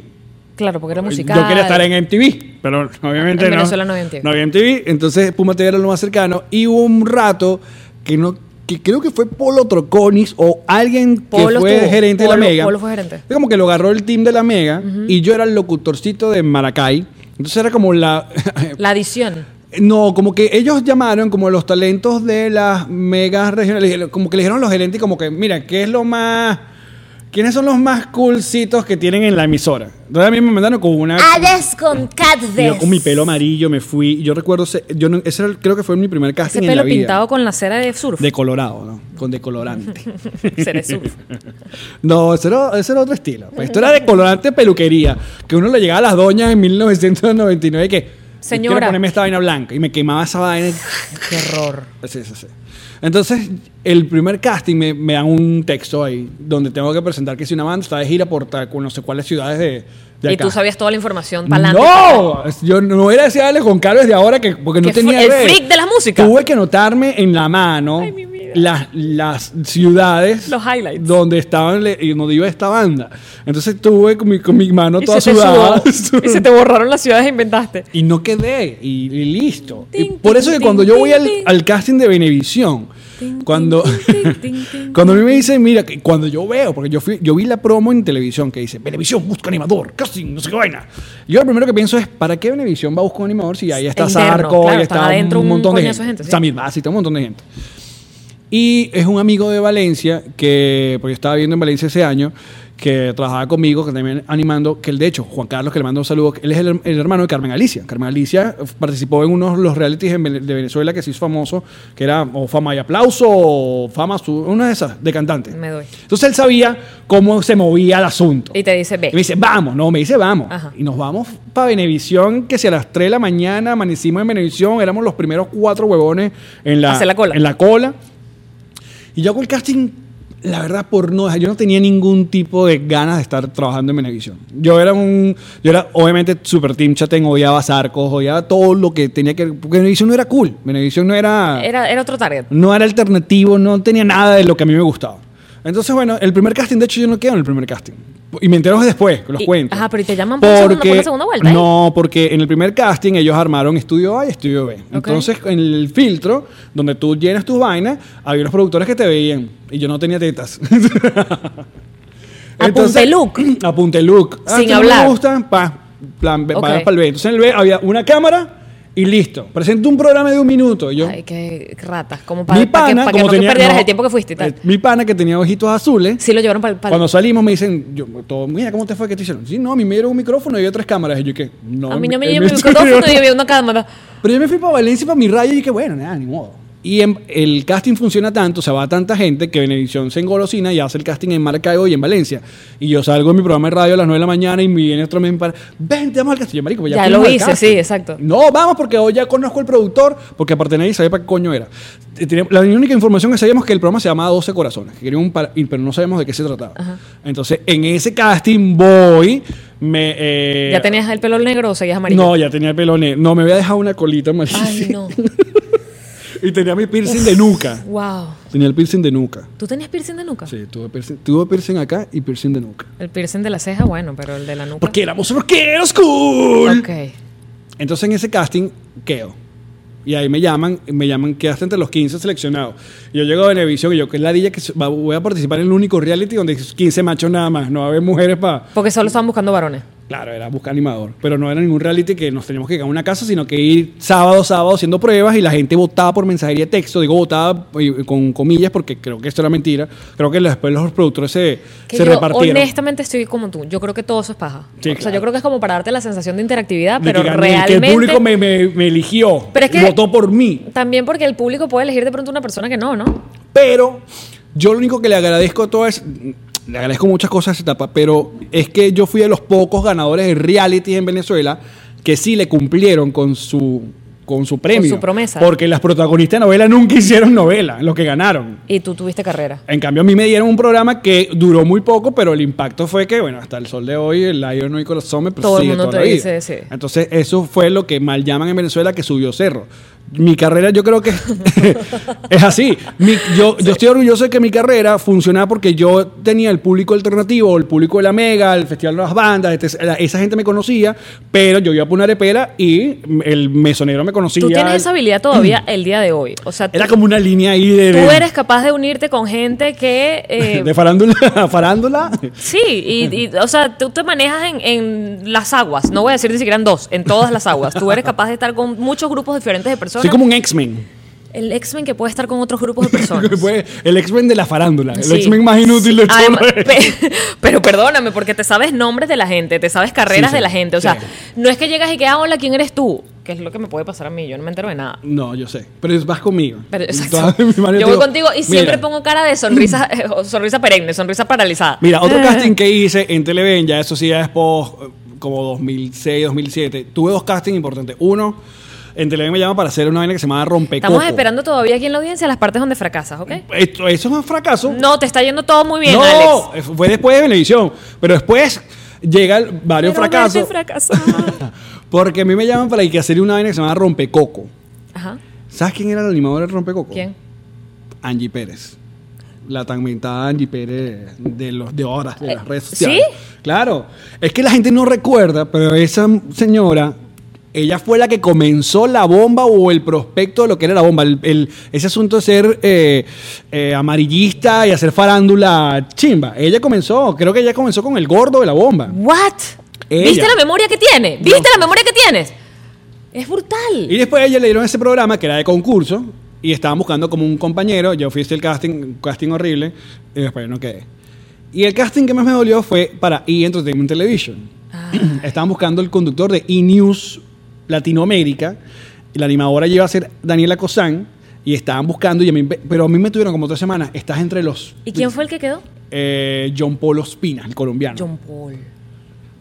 S3: Claro, porque era musical.
S2: Yo quería estar en MTV, pero obviamente
S3: En
S2: no.
S3: Venezuela no había MTV.
S2: No había MTV, entonces Puma TV era lo más cercano. Y hubo un rato que no que creo que fue Polo Troconis o alguien que
S3: Polo
S2: fue
S3: estuvo,
S2: gerente de la
S3: Polo-
S2: Mega.
S3: Polo fue gerente.
S2: Fue como que lo agarró el team de la Mega y yo era el locutorcito de Maracay. Entonces era como la... *laughs*
S3: La adición.
S2: No, como que ellos llamaron como los talentos de las megas regionales, como que le dijeron a los gerentes como que, mira, ¿qué es lo más... ¿Quiénes son los más coolcitos que tienen en la emisora? Entonces a mí me mandaron con una...
S3: Hades con
S2: Yo
S3: Cadves.
S2: con mi pelo amarillo me fui. Yo recuerdo, ese- yo no- ese era el- creo que fue mi primer casting
S3: Ese
S2: en la
S3: pelo
S2: vida.
S3: pintado con la cera de surf.
S2: De colorado, ¿no? Con decolorante.
S3: *laughs* Cera de surf.
S2: No, ese era, ese era otro estilo. Pues esto era decolorante peluquería. Que uno le llegaba a las doñas en 1999 y que...
S3: Señora.
S2: Quiero ponerme esta vaina blanca. Y me quemaba esa vaina.
S3: *laughs* Qué horror.
S2: Sí, sí, sí. Entonces, el primer casting me, me dan un texto ahí donde tengo que presentar que si una banda está de gira por tal- con no sé cuáles ciudades de, de
S3: Y
S2: acá.
S3: tú sabías toda la información para
S2: ¡No! Yo no era ese Alex Goncalo desde ahora que, porque no
S3: Que fue
S2: tenía
S3: el
S2: idea.
S3: freak de la música.
S2: Tuve que anotarme en la mano
S3: Ay, mi vida.
S2: las, las ciudades
S3: Los highlights.
S2: donde estaban le- y donde iba esta banda. Entonces tuve con mi, con mi mano toda sudada. *laughs*
S3: y se te borraron las ciudades e inventaste.
S2: Y no quedé, y, y listo. Y
S3: Tin,
S2: por
S3: tin,
S2: eso que
S3: tin,
S2: cuando yo
S3: tin,
S2: voy al,
S3: tin.
S2: al casting de Benevisión,
S3: Tin,
S2: cuando,
S3: tin,
S2: *laughs*
S3: tin, tin, tin,
S2: cuando a mí me dicen, mira, que cuando yo veo, porque yo, fui, yo vi la promo en televisión que dice, Benevisión busca animador, casting, no sé qué vaina. Yo lo primero que pienso es, ¿para qué Benevisión va a buscar un animador si ahí está
S3: Interno,
S2: Zarco,
S3: claro,
S2: ahí
S3: están
S2: está
S3: adentro
S2: un
S3: un
S2: montón de
S3: coñazo
S2: gente?
S3: de gente, sí.
S2: Samir Basi, está un montón de gente. Y es un amigo de Valencia que, porque yo estaba viendo en Valencia ese año, que trabajaba conmigo, que también animando, que él, de hecho, Juan Carlos, que le mando un saludo, él es el, el hermano de Carmen Alicia. Carmen Alicia participó en unos de los realities en Vene- de Venezuela que se hizo famoso, que era o Fama y Aplauso o Fama, Su- una de esas, de cantante.
S3: Me doy.
S2: Entonces él sabía cómo se movía el asunto.
S3: Y te dice, ve.
S2: Y me dice, vamos, no, me dice, vamos.
S3: Ajá.
S2: Y nos vamos para Benevisión, que si a las 3 de la mañana amanecimos en Benevisión, éramos los primeros cuatro huevones en la,
S3: Hacer la cola.
S2: En la cola. Y yo hago el casting, la verdad, por no dejar, yo no tenía ningún tipo de ganas de estar trabajando en Benevisión. Yo era un, yo era obviamente super team chatén, odiaba Zarcos, odiaba todo lo que tenía que, porque Benevisión no era cool, Benevisión no era...
S3: Era, era otro target.
S2: "Ah, No era alternativo, no tenía nada de lo que a mí me gustaba. Entonces, bueno, el primer casting, de hecho, yo no quedo en el primer casting. Y me entero después, los
S3: Y-
S2: cuentos.
S3: ajá, pero ¿y te llaman por la segunda- por la segunda vuelta, eh?
S2: No, porque en el primer casting ellos armaron estudio A y estudio B. Entonces, en el filtro, donde tú llenas tus vainas, había los productores que te veían. Y yo no tenía tetas. *laughs*
S3: Apunte look.
S2: *clears throat* Apunte look.
S3: Sin
S2: esto no
S3: hablar.
S2: me gusta, pa, plan, B,
S3: Ok.
S2: para el B. Entonces, en el B había una cámara y listo. Presento un programa de un minuto. Y yo,
S3: Ay, qué ratas. Como para,
S2: mi
S3: para que,
S2: pana,
S3: para que
S2: como
S3: no que
S2: tenía-
S3: perdieras
S2: no,
S3: el tiempo que fuiste y tal.
S2: eh, Mi pana que tenía ojitos azules.
S3: Sí lo llevaron para el
S2: Cuando salimos me dicen, yo, todo, mira, ¿cómo te fue que te hicieron? Sí, no, a mí me dieron un micrófono y había tres cámaras. Y yo, ¿qué? No,
S3: A mí no me
S2: el
S3: llevó mi
S2: *laughs*
S3: micrófono y había una cámara.
S2: Pero yo me fui para Valencia, para mi rayo, y dije, bueno, nada, ni modo. Y en- el casting funciona tanto, se va tanta gente que Benevisión se engolosina y hace el casting en Maracaibo y en Valencia. Y yo salgo en mi programa de radio a las 9 de la mañana y me viene otro men para, vente, vamos al casting. Yo, marico, pues
S3: Ya
S2: fuimos
S3: lo
S2: al
S3: hice,
S2: casting.
S3: sí, exacto.
S2: No, vamos, porque hoy ya conozco el productor, porque aparte nadie sabía para qué coño era. Eh, tenía- La única información que sabíamos es que el programa se llamaba 12 Corazones, que quería un para- y- pero no sabíamos de qué se trataba. Entonces, en ese casting voy, me... eh,
S3: ¿Ya tenías el pelo negro o seguías amarillo?
S2: no, ya *laughs* tenía el pelo negro. No, me había dejado una colita amarilla.
S3: Ay, no.
S2: *laughs* y tenía mi piercing de nuca.
S3: Wow.
S2: Tenía el piercing de nuca.
S3: ¿Tú tenías piercing de nuca?
S2: Sí, tuve piercing, tuve piercing acá y piercing de nuca.
S3: El piercing de la ceja, bueno, pero el de la nuca.
S2: Porque éramos rockeros cool.
S3: Ok.
S2: Entonces en ese casting quedo. Y ahí me llaman, me llaman, quedaste entre los 15 seleccionados. Y yo llego a Benevisión y yo, que es la dilla que so- va- voy a participar en el único reality donde 15 machos nada más, no va a haber mujeres para...
S3: Porque solo estaban buscando varones.
S2: Claro, era buscar animador. Pero no era ningún reality que nos teníamos que llegar a una casa, sino que ir sábado, sábado haciendo pruebas y la gente votaba por mensajería de texto. Digo, votaba eh, con comillas porque creo que esto era mentira. Creo que después los productores se,
S3: Que
S2: se
S3: yo,
S2: repartieron.
S3: honestamente, estoy como tú. Yo creo que todo eso es paja.
S2: Sí,
S3: o sea,
S2: claro.
S3: yo creo que es como para darte la sensación de interactividad,
S2: De
S3: pero
S2: que gané, que
S3: realmente.
S2: el público me, me- me eligió,
S3: Pero es que-
S2: votó por mí.
S3: También porque el público puede elegir de pronto una persona que no, ¿no?
S2: Pero yo lo único que le agradezco a todas, le agradezco muchas cosas a esa etapa, pero es que yo fui de los pocos ganadores de reality en Venezuela que sí le cumplieron con su con su premio.
S3: su promesa.
S2: Porque las protagonistas de novela nunca hicieron novela, los que ganaron.
S3: Y tú tuviste carrera.
S2: En cambio, a mí me dieron un programa que duró muy poco, pero el impacto fue que, bueno, hasta el sol de hoy, el Lion y Corazón me
S3: Todo el
S2: persigue
S3: mundo
S2: toda
S3: te
S2: la
S3: dice,
S2: vida.
S3: sí.
S2: Entonces, eso fue lo que mal llaman en Venezuela que subió cerro. mi carrera yo creo que *laughs* es así. Mi- yo, yo estoy orgulloso de que mi carrera funcionaba porque yo tenía el público alternativo, el público de la Mega, el Festival de las Bandas, etc. La- esa gente me conocía, pero yo iba a una arepera y el mesonero me conocía.
S3: Tú tienes esa habilidad todavía el día de hoy. O sea, tú,
S2: Mm. Era como una línea ahí de...
S3: tú
S2: de-
S3: eres capaz de unirte con
S2: *laughs*
S3: gente que... eh,
S2: de farándula, *laughs* farándula.
S3: Sí, y, y, o sea, tú te manejas en, en las aguas, no voy a decir ni siquiera en dos, en todas las aguas. Tú eres capaz de estar con muchos grupos diferentes de personas.
S2: Soy como un X-Men.
S3: El X-Men que puede estar con otros grupos
S2: *laughs*
S3: de personas.
S2: Fue El X-Men de la farándula. El
S3: Sí.
S2: X-Men más inútil
S3: Sí.
S2: de todo.
S3: Además, *laughs* pe- pero perdóname, porque te sabes nombres de la gente, te sabes carreras
S2: Sí, sí,
S3: de la gente. O sea,
S2: sí.
S3: no es que llegas y que, ah, hola, ¿quién eres tú? Que es lo que me puede pasar a mí, yo no me entero de nada.
S2: *laughs* No, yo sé. Pero es- vas conmigo.
S3: Pero,
S2: Y *laughs*
S3: exacto.
S2: todas mis manos
S3: Yo voy
S2: digo,
S3: contigo y siempre
S2: "Mira,
S3: pongo cara de sonrisa, *laughs* eh, sonrisa perenne, sonrisa paralizada.
S2: Mira, otro casting que hice en Televen, ya eso sí ya es post, eh, como 2006, 2007. Tuve dos castings importantes. Uno, en Televen me llaman para hacer una vaina que se llama Rompecoco.
S3: Estamos esperando todavía aquí en la audiencia las partes donde fracasas, ¿ok?
S2: Esto, eso es un fracaso.
S3: No, te está yendo todo muy bien,
S2: no,
S3: Alex.
S2: eh, fue después de Benevisión. Pero después llegan varios
S3: Pero
S2: fracasos. *laughs*
S3: verte fracasar.
S2: porque a mí me llaman para que hacer una vaina que se llama Rompecoco.
S3: Ajá.
S2: ¿Sabes quién era el animador del Rompecoco?
S3: ¿Quién?
S2: Angie Pérez. La tormentada Angie Pérez de los de horas de las
S3: Eh,
S2: redes
S3: ¿sí?
S2: sociales. Claro. Es que la gente no recuerda, pero esa señora, ella fue la que comenzó la bomba o el prospecto de lo que era la bomba. El- el- ese asunto de ser eh, eh, amarillista y hacer farándula chimba. Ella comenzó, creo que ella comenzó con el gordo de la bomba.
S3: What?
S2: Ella.
S3: ¿Viste la memoria que tiene? ¿Viste la memoria que tienes? Es brutal.
S2: Y después a ella le dieron ese programa que era de concurso y estaban buscando como un compañero. Yo fui a hacer el casting, un casting horrible, y después no quedé. Y el casting que más me dolió fue para E! Entertainment Television.
S3: Ah.
S2: *clears throat* Estaban buscando el conductor de E! News Latinoamérica. Y la animadora lleva a ser Daniela Cosán. Y estaban buscando, y a mí- pero a mí me tuvieron como tres semanas. Estás entre los.
S3: ¿Y quién fue el que quedó?
S2: Eh, John Paul Ospina, el colombiano.
S3: John Paul.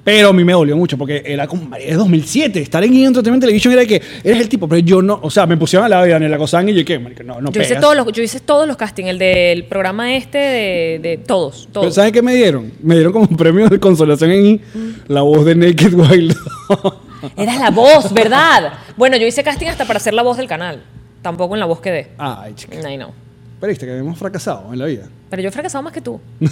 S2: Pero a mí me dolió mucho porque era como, es 2007, estar en Entertainment Television era que eres el tipo, pero yo no, o sea, me pusieron al lado de Daniela Cosán y yo que, marico, no, no
S3: Yo hice,
S2: pegas.
S3: todos los, yo hice todos los castings, el del programa este de, de todos,
S2: Pero
S3: todos. Mm.
S2: ¿Sabes qué me dieron? Me dieron como un premio de consolación en la voz de Naked Wild.
S3: Eras la voz, ¿verdad? Bueno, yo hice casting hasta para ser la voz del canal. Tampoco en la voz quedé.
S2: *laughs* Ay, chica.
S3: Ay, no.
S2: Pero viste que hemos fracasado en la vida.
S3: Pero yo he fracasado más que tú. Yo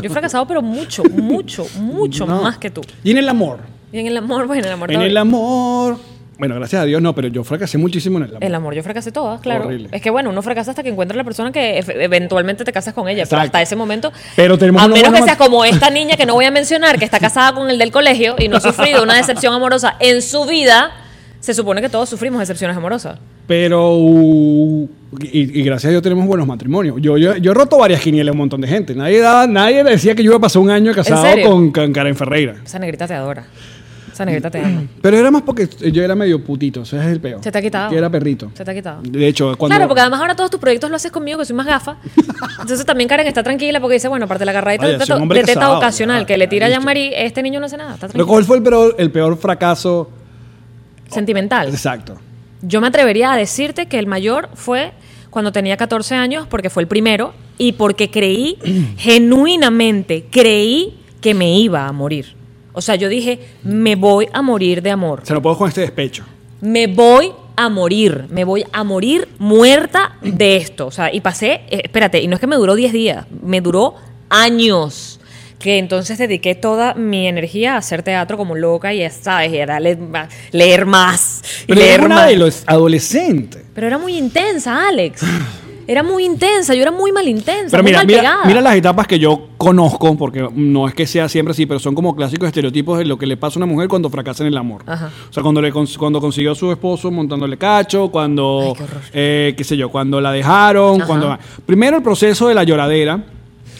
S3: he fracasado, pero mucho, mucho, mucho
S2: No.
S3: más que tú.
S2: Y en el amor.
S3: Y en el amor, bueno, en el amor
S2: En el
S3: todavía.
S2: amor. Bueno, gracias a Dios no, pero yo fracasé muchísimo en el amor.
S3: El amor, yo fracasé todas, claro.
S2: Horrible.
S3: Es que bueno, uno fracasa hasta que encuentra la persona que efe- eventualmente te casas con ella. Pero
S2: Exacto.
S3: hasta ese momento.
S2: Pero tenemos
S3: A
S2: una
S3: menos
S2: buena
S3: que
S2: ma-
S3: seas como esta niña que no voy a mencionar, que está casada con el del colegio y no ha sufrido una decepción amorosa en su vida, se supone que todos sufrimos decepciones amorosas.
S2: Pero. uh, Y, y gracias a Dios tenemos buenos matrimonios. Yo, yo, yo he roto varias quinielas a un montón de gente. Nadie, daba- nadie decía que yo iba a pasar un año casado
S3: serio?
S2: con, con Karen Ferreira.
S3: Esa negrita te adora. Esa negrita te ama.
S2: Pero era más porque yo era medio putito. Ese es el peor.
S3: Se te ha quitado.
S2: Que era perrito.
S3: Se te ha quitado.
S2: De hecho, cuando.
S3: Claro, porque además ahora todos tus proyectos lo haces conmigo, que soy más gafa. Entonces también Karen está tranquila porque dice, bueno, aparte de la agarradita
S2: Vaya,
S3: de,
S2: soy
S3: teta,
S2: un hombre
S3: de teta
S2: casado,
S3: ocasional
S2: ya,
S3: que le tira a
S2: listo.
S3: Jean-Marie, este niño no hace nada, está
S2: Pero
S3: tranquilo.
S2: ¿Cuál fue el peor, el peor fracaso?
S3: Sentimental.
S2: Exacto.
S3: Yo me atrevería a decirte que el mayor fue cuando tenía 14 años, porque fue el primero, y
S2: *clears throat*
S3: porque creí, genuinamente creí que me iba a morir. O sea, yo dije, me voy a morir de amor.
S2: Se lo puedo con este despecho.
S3: me voy a morir, me voy a morir muerta de esto. O sea, y pasé, eh, espérate, y no es que me duró 10 días, me duró años. Que entonces dediqué toda mi energía a hacer teatro como loca y, ¿sabes? Y era le- ma- leer más. y
S2: Pero
S3: leer
S2: era una
S3: más.
S2: de los adolescentes.
S3: Pero era muy intensa, Alex. Era muy intensa, yo era muy mal intensa,
S2: Pero
S3: muy
S2: mira,
S3: mal
S2: mira,
S3: pegada.
S2: mira las etapas que yo conozco, porque no es que sea siempre así, pero son como clásicos estereotipos de lo que le pasa a una mujer cuando fracasa en el amor.
S3: Ajá.
S2: O sea, cuando, le cons- cuando consiguió a su esposo montándole cacho, cuando,
S3: Ay, qué horror.
S2: eh, qué sé yo, cuando la dejaron,
S3: Ajá.
S2: cuando... Primero el proceso de la lloradera.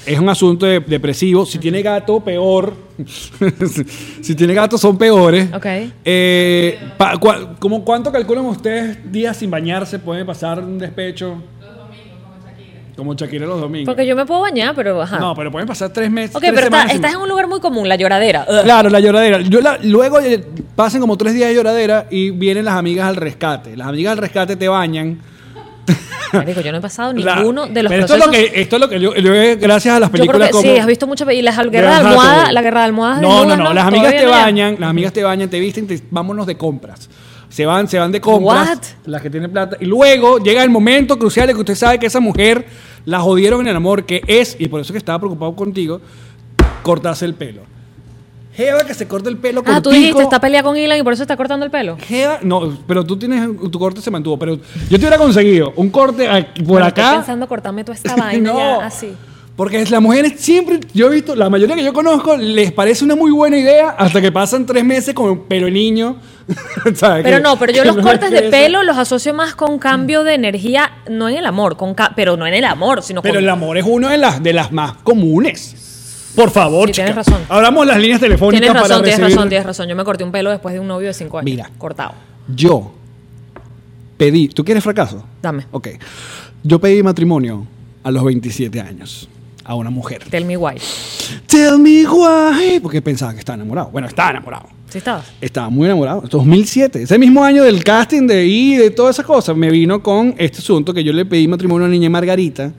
S2: Es un asunto de- depresivo. Si tiene gato, peor. *laughs* si tiene gato, son peores.
S3: Ok.
S2: Eh, pa- cua- ¿cómo- ¿Cuánto calculan ustedes días sin bañarse? ¿Puede pasar un despecho? Como Shakira los domingos.
S3: Porque yo me puedo bañar, pero ajá.
S2: No, pero pueden pasar tres meses.
S3: ok,
S2: tres
S3: pero está-
S2: semanas sin-
S3: estás en un lugar muy común, la lloradera. Ugh.
S2: *laughs* Claro, la lloradera. Yo la- luego eh, pasan como tres días de lloradera y vienen las amigas al rescate. Las amigas al rescate te bañan.
S3: Marico, yo no he pasado
S2: La-
S3: ninguno de los
S2: pero esto
S3: procesos.
S2: es lo que, esto es lo que yo, yo veo gracias a las
S3: Yo creo
S2: películas
S3: que
S2: como...
S3: sí, has visto muchas películas. La
S2: de
S3: guerra de
S2: Anne
S3: almohadas,
S2: Hathaway.
S3: la guerra de almohadas.
S2: No, no,
S3: desnudas,
S2: no. Las amigas
S3: Todavía
S2: te
S3: no llega.
S2: bañan, las amigas te bañan, te visten, te- vámonos de compras. se van, se van de compras.
S3: What?
S2: Las que tienen plata. Y luego llega el momento crucial en que usted sabe que esa mujer la jodieron en el amor, que es, y por eso que estaba preocupado contigo, cortarse el pelo. Jeva que se corta el pelo
S3: Ah, tú
S2: cortico.
S3: dijiste, está peleada con Elon y por eso está cortando el pelo.
S2: Jeva- no, pero tú tienes tu corte se mantuvo, pero yo te hubiera conseguido un corte aquí- por
S3: Bueno,
S2: acá.
S3: Estoy pensando cortarme
S2: *laughs*
S3: toda esta vaina
S2: No,
S3: ya, así.
S2: Porque es- las mujeres siempre, yo he visto, la mayoría que yo conozco les parece una muy buena idea hasta que pasan tres meses con pelo de niño. *laughs* ¿Sabes?
S3: Pero
S2: Que-
S3: no, pero yo
S2: que
S3: los
S2: no
S3: cortes de
S2: crece.
S3: pelo los asocio más con cambio de energía, no en el amor, con ca- pero no en el amor, sino
S2: Pero
S3: con...
S2: el amor es una de las, de las más comunes. Por favor,
S3: Sí,
S2: chica.
S3: tienes razón.
S2: Abramos las líneas telefónicas
S3: Tienes
S2: para
S3: razón, tienes
S2: recibir-
S3: razón, tienes razón. Yo me corté un pelo después de un novio de cinco años.
S2: Mira.
S3: Cortado.
S2: Yo pedí, ¿tú quieres fracaso?
S3: Dame.
S2: Ok. Yo pedí matrimonio a los 27 años a una mujer.
S3: Tell me why.
S2: Tell me why, porque pensaba que estaba enamorado. Bueno, estaba enamorado.
S3: ¿Sí estabas?
S2: Estaba muy enamorado. 2007. Ese mismo año del casting de I, de todas esas cosas, me vino con este asunto que yo le pedí matrimonio a niña Margarita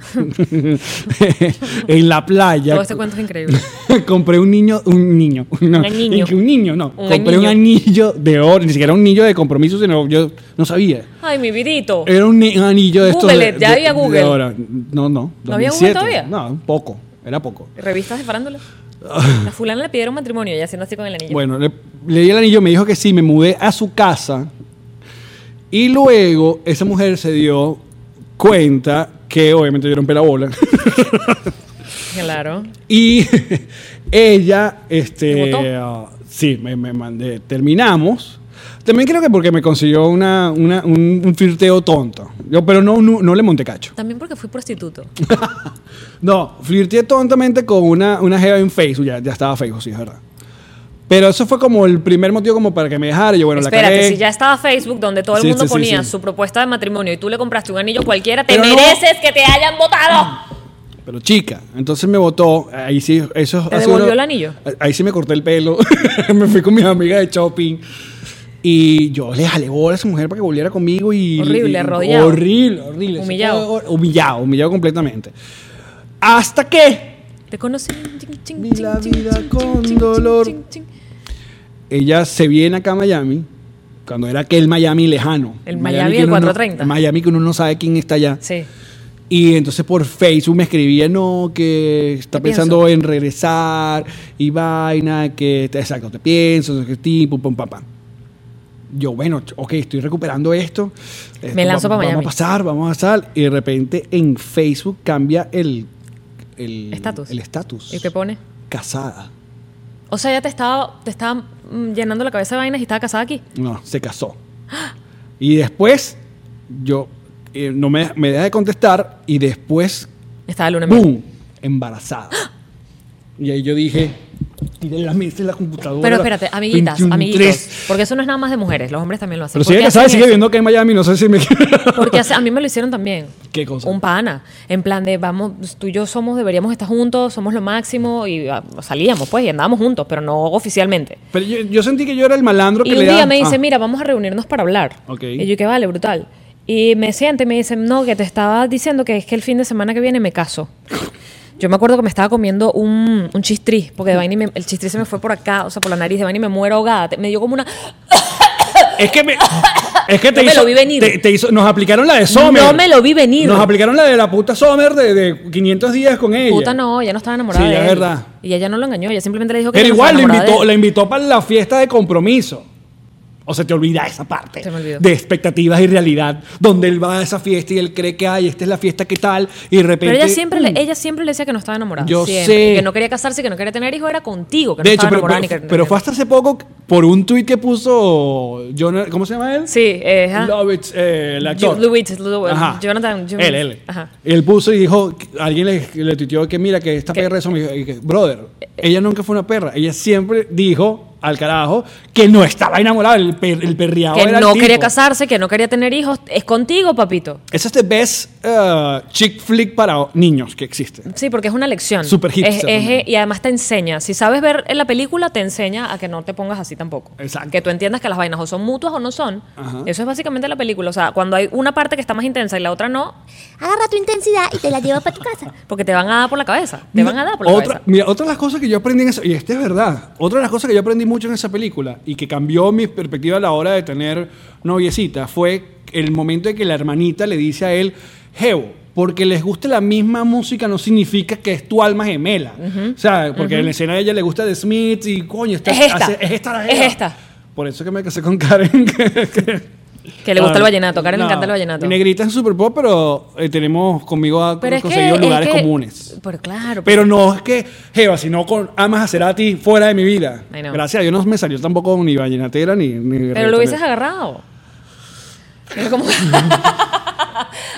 S2: *laughs* en la playa.
S3: Todo este cuento es increíble.
S2: *laughs* compré un niño, un niño, *laughs* no,
S3: Un
S2: y
S3: anillo.
S2: que un niño, no,
S3: Un
S2: compré un anillo de oro, ni siquiera un anillo de compromiso, sino yo no sabía.
S3: Ay, mi vidito.
S2: Era un, ni- un anillo de estos
S3: Google
S2: de-
S3: it, ya
S2: de-
S3: había
S2: de
S3: Google.
S2: oro. No, no.
S3: ¿No había
S2: 2007.
S3: Google todavía?
S2: No, poco, era poco.
S3: Revistas
S2: *laughs*
S3: de farándula. La fulana le pidieron matrimonio y haciendo así con el anillo.
S2: Bueno, le, le di el anillo, me dijo que sí, me mudé a su casa. Y luego esa mujer se dio cuenta que obviamente yo rompí la bola. *laughs*
S3: Claro.
S2: y *laughs* ella,
S3: ¿Te
S2: este.
S3: botó?
S2: ah, sí, me, me mandé. Terminamos. También creo que porque me consiguió una, una- un, un flirteo tonto. Yo, pero no, no, no le monté cacho.
S3: También porque fui prostituto.
S2: No, flirteé tontamente con una, una jeva en Facebook. Ya, ya estaba Facebook, sí, es verdad. Pero eso fue como el primer motivo como para que me dejara. Yo, bueno, la
S3: Espérate,
S2: cagué.
S3: si ya estaba Facebook donde todo el
S2: Sí,
S3: mundo
S2: sí, sí,
S3: ponía
S2: sí.
S3: su propuesta de matrimonio y tú le compraste un anillo cualquiera, te
S2: Pero no-
S3: mereces que te hayan votado.
S2: Pero chica, entonces me votó. Ahí sí, eso.
S3: ¿Te
S2: ha sido
S3: devolvió
S2: lo-
S3: el anillo?
S2: Ahí sí me corté el pelo. *laughs* me fui con mis amigas de shopping. Y yo le jalé bola a esa mujer para que volviera conmigo. Y,
S3: Horrible,
S2: y-
S3: arrodillado.
S2: Horrible, horrible. Eso
S3: Humillado.
S2: fue hor- humillado, humillado completamente. Hasta que
S3: Te conocí. Ching, ching,
S2: Vi
S3: ching,
S2: Mm. la
S3: ching,
S2: vida
S3: ching,
S2: con
S3: ching, ching,
S2: dolor.
S3: ching, ching.
S2: ella se viene acá a Miami. Cuando era aquel Miami lejano.
S3: El Miami
S2: que
S3: del
S2: uno no-
S3: 430.
S2: Miami que uno no sabe quién está allá.
S3: Sí.
S2: Y entonces por Facebook me escribía, no, que está
S3: Te
S2: pensando en regresar y vaina, que te- exacto, te pienso, no sé qué tipo, pum, pam, pam. Yo, bueno, ch- ok, estoy recuperando esto. Esto va-
S3: lanzo pa' Miami.
S2: Vamos a pasar, vamos a pasar. Y de repente en Facebook cambia el el
S3: Estatus.
S2: El estatus.
S3: ¿Y qué pone?
S2: Casada.
S3: O sea, ya te estaba, te estaba mm, llenando la cabeza de vainas y estaba casada aquí.
S2: No, se casó. Y después, yo, eh, no me, me deja de contestar y después
S3: Estaba Luna Mel.
S2: ¡Boom! Embarazada. Y ahí yo dije, tiré la mesa en la computadora.
S3: Pero espérate, amiguitas,
S2: 21,
S3: amiguitos.
S2: tres.
S3: Porque eso no es nada más de mujeres, los hombres también lo hacen.
S2: Pero si
S3: ¿Por qué
S2: ella sabe,
S3: hacen
S2: sigue
S3: eso?
S2: viviendo acá en Miami, no sé si me...
S3: Porque hace- a mí me lo hicieron también.
S2: ¿Qué cosa?
S3: Un pana. En plan de, vamos, tú y yo somos, deberíamos estar juntos, somos lo máximo y ah, salíamos, pues, y andábamos juntos, pero no oficialmente.
S2: *laughs* Pero yo, yo sentí que yo era el malandro que
S3: Y un
S2: le
S3: día
S2: daba-
S3: me dice,
S2: Ah,
S3: mira, vamos a reunirnos para hablar.
S2: Ok.
S3: Y yo, que vale, brutal. Y me siente y me dice, no, que te estaba diciendo que es que el fin de semana que viene me caso. Yo me acuerdo que me estaba comiendo un, un chistri, porque de vaina y me- el chistri se me fue por acá, o sea, por la nariz de vaina y me muero ahogada. Te- Me dio como una...
S2: Es que
S3: *laughs*
S2: me... Es que te
S3: No me
S2: hizo,
S3: lo vi venir.
S2: Te, te hizo, nos aplicaron la de Sommer.
S3: No me lo vi venir.
S2: Nos aplicaron la de la puta Sommer de, de 500 días con ella.
S3: Puta no, ya no estaba enamorada
S2: Sí,
S3: de
S2: es
S3: él.
S2: verdad.
S3: Y ella no lo engañó, ella simplemente le dijo que
S2: Pero
S3: ella no
S2: igual, la
S3: estaba enamorada
S2: invitó,
S3: de
S2: la
S3: él.
S2: invitó para la fiesta de compromiso. O se te olvida esa parte
S3: Se me olvidó.
S2: de expectativas y realidad, donde él va a esa fiesta y él cree que, ay, esta es la fiesta que tal, y de repente...
S3: Pero ella siempre, le,
S2: mm.
S3: ella siempre le decía que no estaba enamorada.
S2: Yo
S3: siempre.
S2: sé.
S3: Y Que no quería casarse, que no quería tener hijos, era contigo, que no
S2: de hecho,
S3: estaba
S2: pero,
S3: enamorada ni
S2: pero-
S3: que-
S2: pero fue hasta hace poco por un tuit que puso John, ¿cómo se llama él?
S3: Sí, eh, ajá.
S2: Lovitz, eh, el actor.
S3: Ju- Lubitz, Lu-
S2: Ajá.
S3: Jonathan, Ju-
S2: Él, él.
S3: Ajá.
S2: Él puso y dijo, alguien le, le tuiteó que mira, que esta
S3: Que- Eh,
S2: perra es mi brother. Ella nunca fue una perra. Ella siempre dijo al carajo que no estaba enamorada. El, per, el perreado
S3: que
S2: era el
S3: no
S2: tipo.
S3: quería casarse, que no quería tener hijos. Es contigo, papito.
S2: Ese es the best eh, chick flick para niños que existe.
S3: Sí, porque es una lección.
S2: Súper hipster
S3: Es- es-
S2: también.
S3: y además te enseña. Si sabes ver la película, te enseña a que no te pongas así tampoco.
S2: Exacto.
S3: Que tú entiendas que las vainas o son mutuas o no son.
S2: Ajá.
S3: Eso es básicamente la película. O sea, cuando hay una parte que está más intensa y la otra no,
S4: Agarra tu intensidad y te la llevas para tu casa.
S3: porque te van a dar por la cabeza. Te van a dar por la
S2: otra,
S3: cabeza.
S2: mira, otra de las cosas que yo aprendí en esa, y esta es verdad, otra de las cosas que yo aprendí mucho en esa película y que cambió mi perspectiva a la hora de tener noviecita fue el momento de que la hermanita le dice a él, Geo, porque les guste la misma música no significa que es tu alma gemela. O sea, porque en la escena a ella le gusta The Smith y coño,
S3: Es esta.
S2: hace- es esta la
S3: Es
S2: jeva".
S3: esta.
S2: Por eso que me casé con Karen. *laughs* que- que-
S3: Que le gusta
S2: Ah,
S3: el vallenato. Karen
S2: no,
S3: le encanta el vallenato.
S2: mi Negrita es super pop, pero eh, tenemos conmigo a
S3: Pero es que-
S2: conseguido
S3: es
S2: lugares
S3: que-
S2: comunes.
S3: Pero pues, claro.
S2: Pero no es que, Jeva, sino con amas a Cerati fuera de mi vida.
S3: Ay, no.
S2: Gracias a Dios no me salió tampoco ni vallenatera ni. ni
S3: Pero lo hubieses
S2: reggaetonera.
S3: agarrado. Es como- *laughs*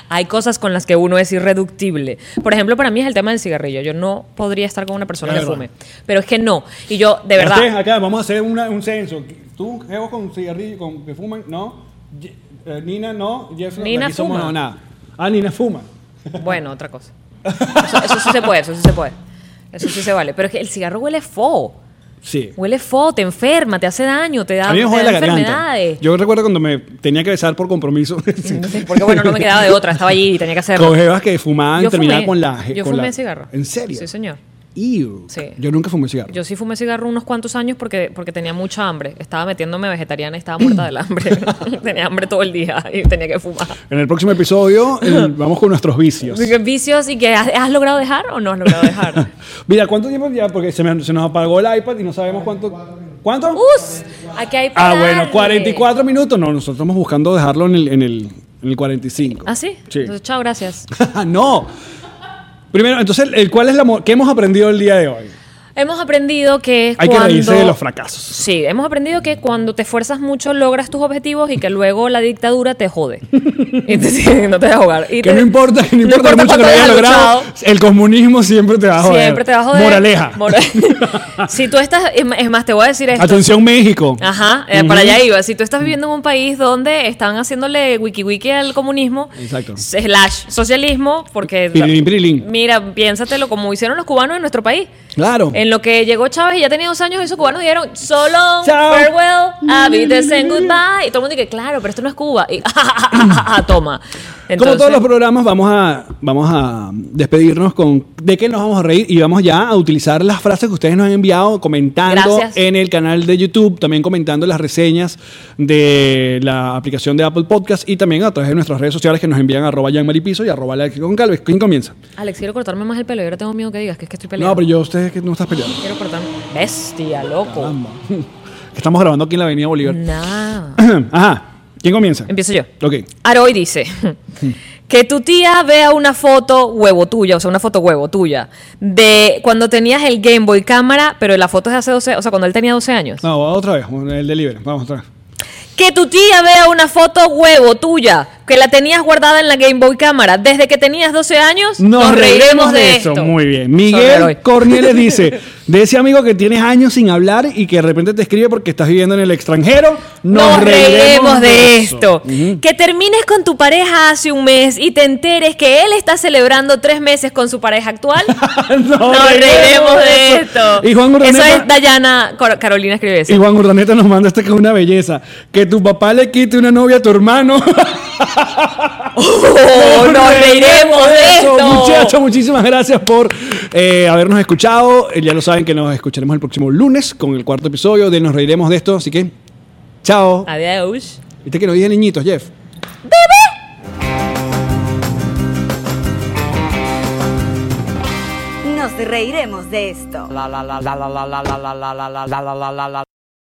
S3: Hay cosas con las que uno es irreductible. Por ejemplo, para mí es el tema del cigarrillo. Yo no podría estar con una persona
S2: Es
S3: que
S2: verdad.
S3: fume. Pero es que no. Y yo, de verdad.
S2: Ustedes acá, vamos a hacer una- un censo. ¿Tú, Jeva, con cigarrillo, con que fuman? No. Ye- eh, Nina, no. Jeff, no.
S3: Nina
S2: Aquí somos
S3: fuma.
S2: no, nada. Ah, Nina fuma.
S3: Bueno, otra cosa. Eso, eso sí se puede, eso sí se puede. Eso sí se vale. Pero es que el cigarro huele fo.
S2: Sí.
S3: Huele fo, te enferma, te hace daño, te da,
S2: a mí me
S3: te
S2: jode
S3: da
S2: la garganta.
S3: enfermedades.
S2: Yo recuerdo cuando me tenía que besar por
S3: *laughs*
S2: compromiso.
S3: Porque bueno, no me quedaba de otra, estaba allí y tenía que
S2: *laughs*
S3: hacerlo.
S2: Con Jevas que fumaban
S3: Yo
S2: y terminaban
S3: fumé.
S2: con la.
S3: Yo
S2: con la-
S3: fumé cigarro.
S2: ¿En serio?
S3: Sí, señor.
S2: Ew.
S3: Sí.
S2: Yo nunca fumé cigarro.
S3: Yo sí fumé cigarro unos cuantos años porque, porque tenía mucha hambre. Estaba metiéndome vegetariana y estaba muerta del hambre. *laughs* tenía hambre todo el día y tenía que fumar.
S2: En el próximo episodio
S3: *laughs*
S2: el- vamos con nuestros vicios.
S3: ¿Vicios y que has, has logrado dejar o no has logrado dejar?
S2: *laughs* Mira, ¿cuánto tiempo ya? Porque se, me- se nos apagó el iPad y no sabemos cuánto. ¿Cuánto?
S3: ¡Us! Aquí hay para
S2: ah, bueno,
S3: darle.
S2: 44 minutos. No, nosotros estamos buscando dejarlo en el, en el, en el 45.
S3: ¿Ah, sí?
S2: Sí. *laughs*
S3: Entonces, chao, gracias.
S2: no. Primero, entonces, el- ¿cuál es la mo- qué hemos aprendido el día de hoy?
S3: Hemos aprendido que
S2: Hay que
S3: cuando...
S2: reírse de los fracasos.
S3: Sí, hemos aprendido que cuando te esfuerzas mucho logras tus objetivos y que luego la dictadura te
S2: *laughs*
S3: jode. Y te- sí, no te deja jugar. Y
S2: Que
S3: te-
S2: no importa, que no importa, mucho que
S3: cuánto
S2: lo hayas
S3: hayas
S2: logrado,
S3: luchado.
S2: el comunismo siempre te va a joder.
S3: Siempre te vas a joder.
S2: Moraleja.
S3: Mora- *laughs* si tú estás, es ma- es más, te voy a decir esto.
S2: *laughs* Atención México.
S3: Ajá, eh, para allá iba. Si tú estás viviendo en un país donde están haciéndole wiki wiki al comunismo,
S2: Exacto.
S3: slash socialismo, porque
S2: Pirilín, pirilín.
S3: mira, piénsatelo como hicieron los cubanos en nuestro país.
S2: Claro.
S3: En lo que llegó Chávez y ya tenía dos años, esos cubanos dijeron so long,
S2: Chao. Mm.
S3: farewell, avítese and goodbye. Y todo el mundo dice, claro, pero esto no es Cuba.
S2: *laughs*
S3: Y *laughs* toma.
S2: Como todos
S3: Entonces-
S2: los programas, vamos a, vamos a despedirnos con de qué nos vamos a reír y vamos ya a utilizar las frases que ustedes nos han enviado comentando
S3: Gracias.
S2: en el canal de YouTube, también comentando las reseñas de la aplicación de Apple Podcast y también a través de nuestras redes sociales que nos envían arroba Maripiso y arroba Alex con Calves. ¿Quién comienza?
S3: Alex, quiero cortarme más el pelo. Y ahora tengo miedo que digas que es que estoy peleando.
S2: No, pero yo, ustedes que no estás peleando.
S3: Quiero cortarme. Bestia, loco.
S2: Caramba. *laughs* Estamos grabando aquí en la Avenida Bolívar.
S3: Mm. Nada.
S2: *clears throat* Ajá. ¿Quién comienza?
S3: Empiezo yo.
S2: Ok.
S3: Aroy dice que tu tía vea una foto huevo tuya, o sea, una foto huevo tuya, de cuando tenías el Game Boy cámara, pero la foto es de hace 12, o sea, cuando él tenía 12 años.
S2: No, otra vez, el delivery. Vamos otra vez.
S3: Que tu tía vea una foto huevo tuya, que la tenías guardada en la Game Boy cámara desde que tenías 12 años, nos, reiremos de esto.
S2: Muy bien.
S3: Sobre
S2: Miguel
S3: Aroy. *laughs*
S2: Cornieles dice, de ese amigo que tienes años sin hablar y que de repente te escribe porque estás viviendo en el extranjero,
S3: Nos, reiremos de
S2: eso".
S3: esto.
S2: Ujú.
S3: Que termines con tu pareja hace un mes y te enteres que él está celebrando tres meses con su pareja actual.
S2: Nos
S3: Nos reiremos de esto.
S2: Y Juan
S3: Eso
S2: Urdaneta,
S3: es Dayana Cor- Carolina escribe eso.
S2: y Juan Urdaneta nos manda este que es una belleza. Que tu papá le quite una novia a tu hermano. *laughs*
S3: *laughs* Oh, nos reiremos de esto.
S2: Muchachos, muchísimas gracias por eh, habernos escuchado. Eh, Ya lo saben que nos escucharemos el próximo lunes con el cuarto episodio de Nos reiremos de esto. Así que, chao.
S3: Adiós.
S2: Viste que no dije niñitos, Jeff.
S1: Nos reiremos de esto.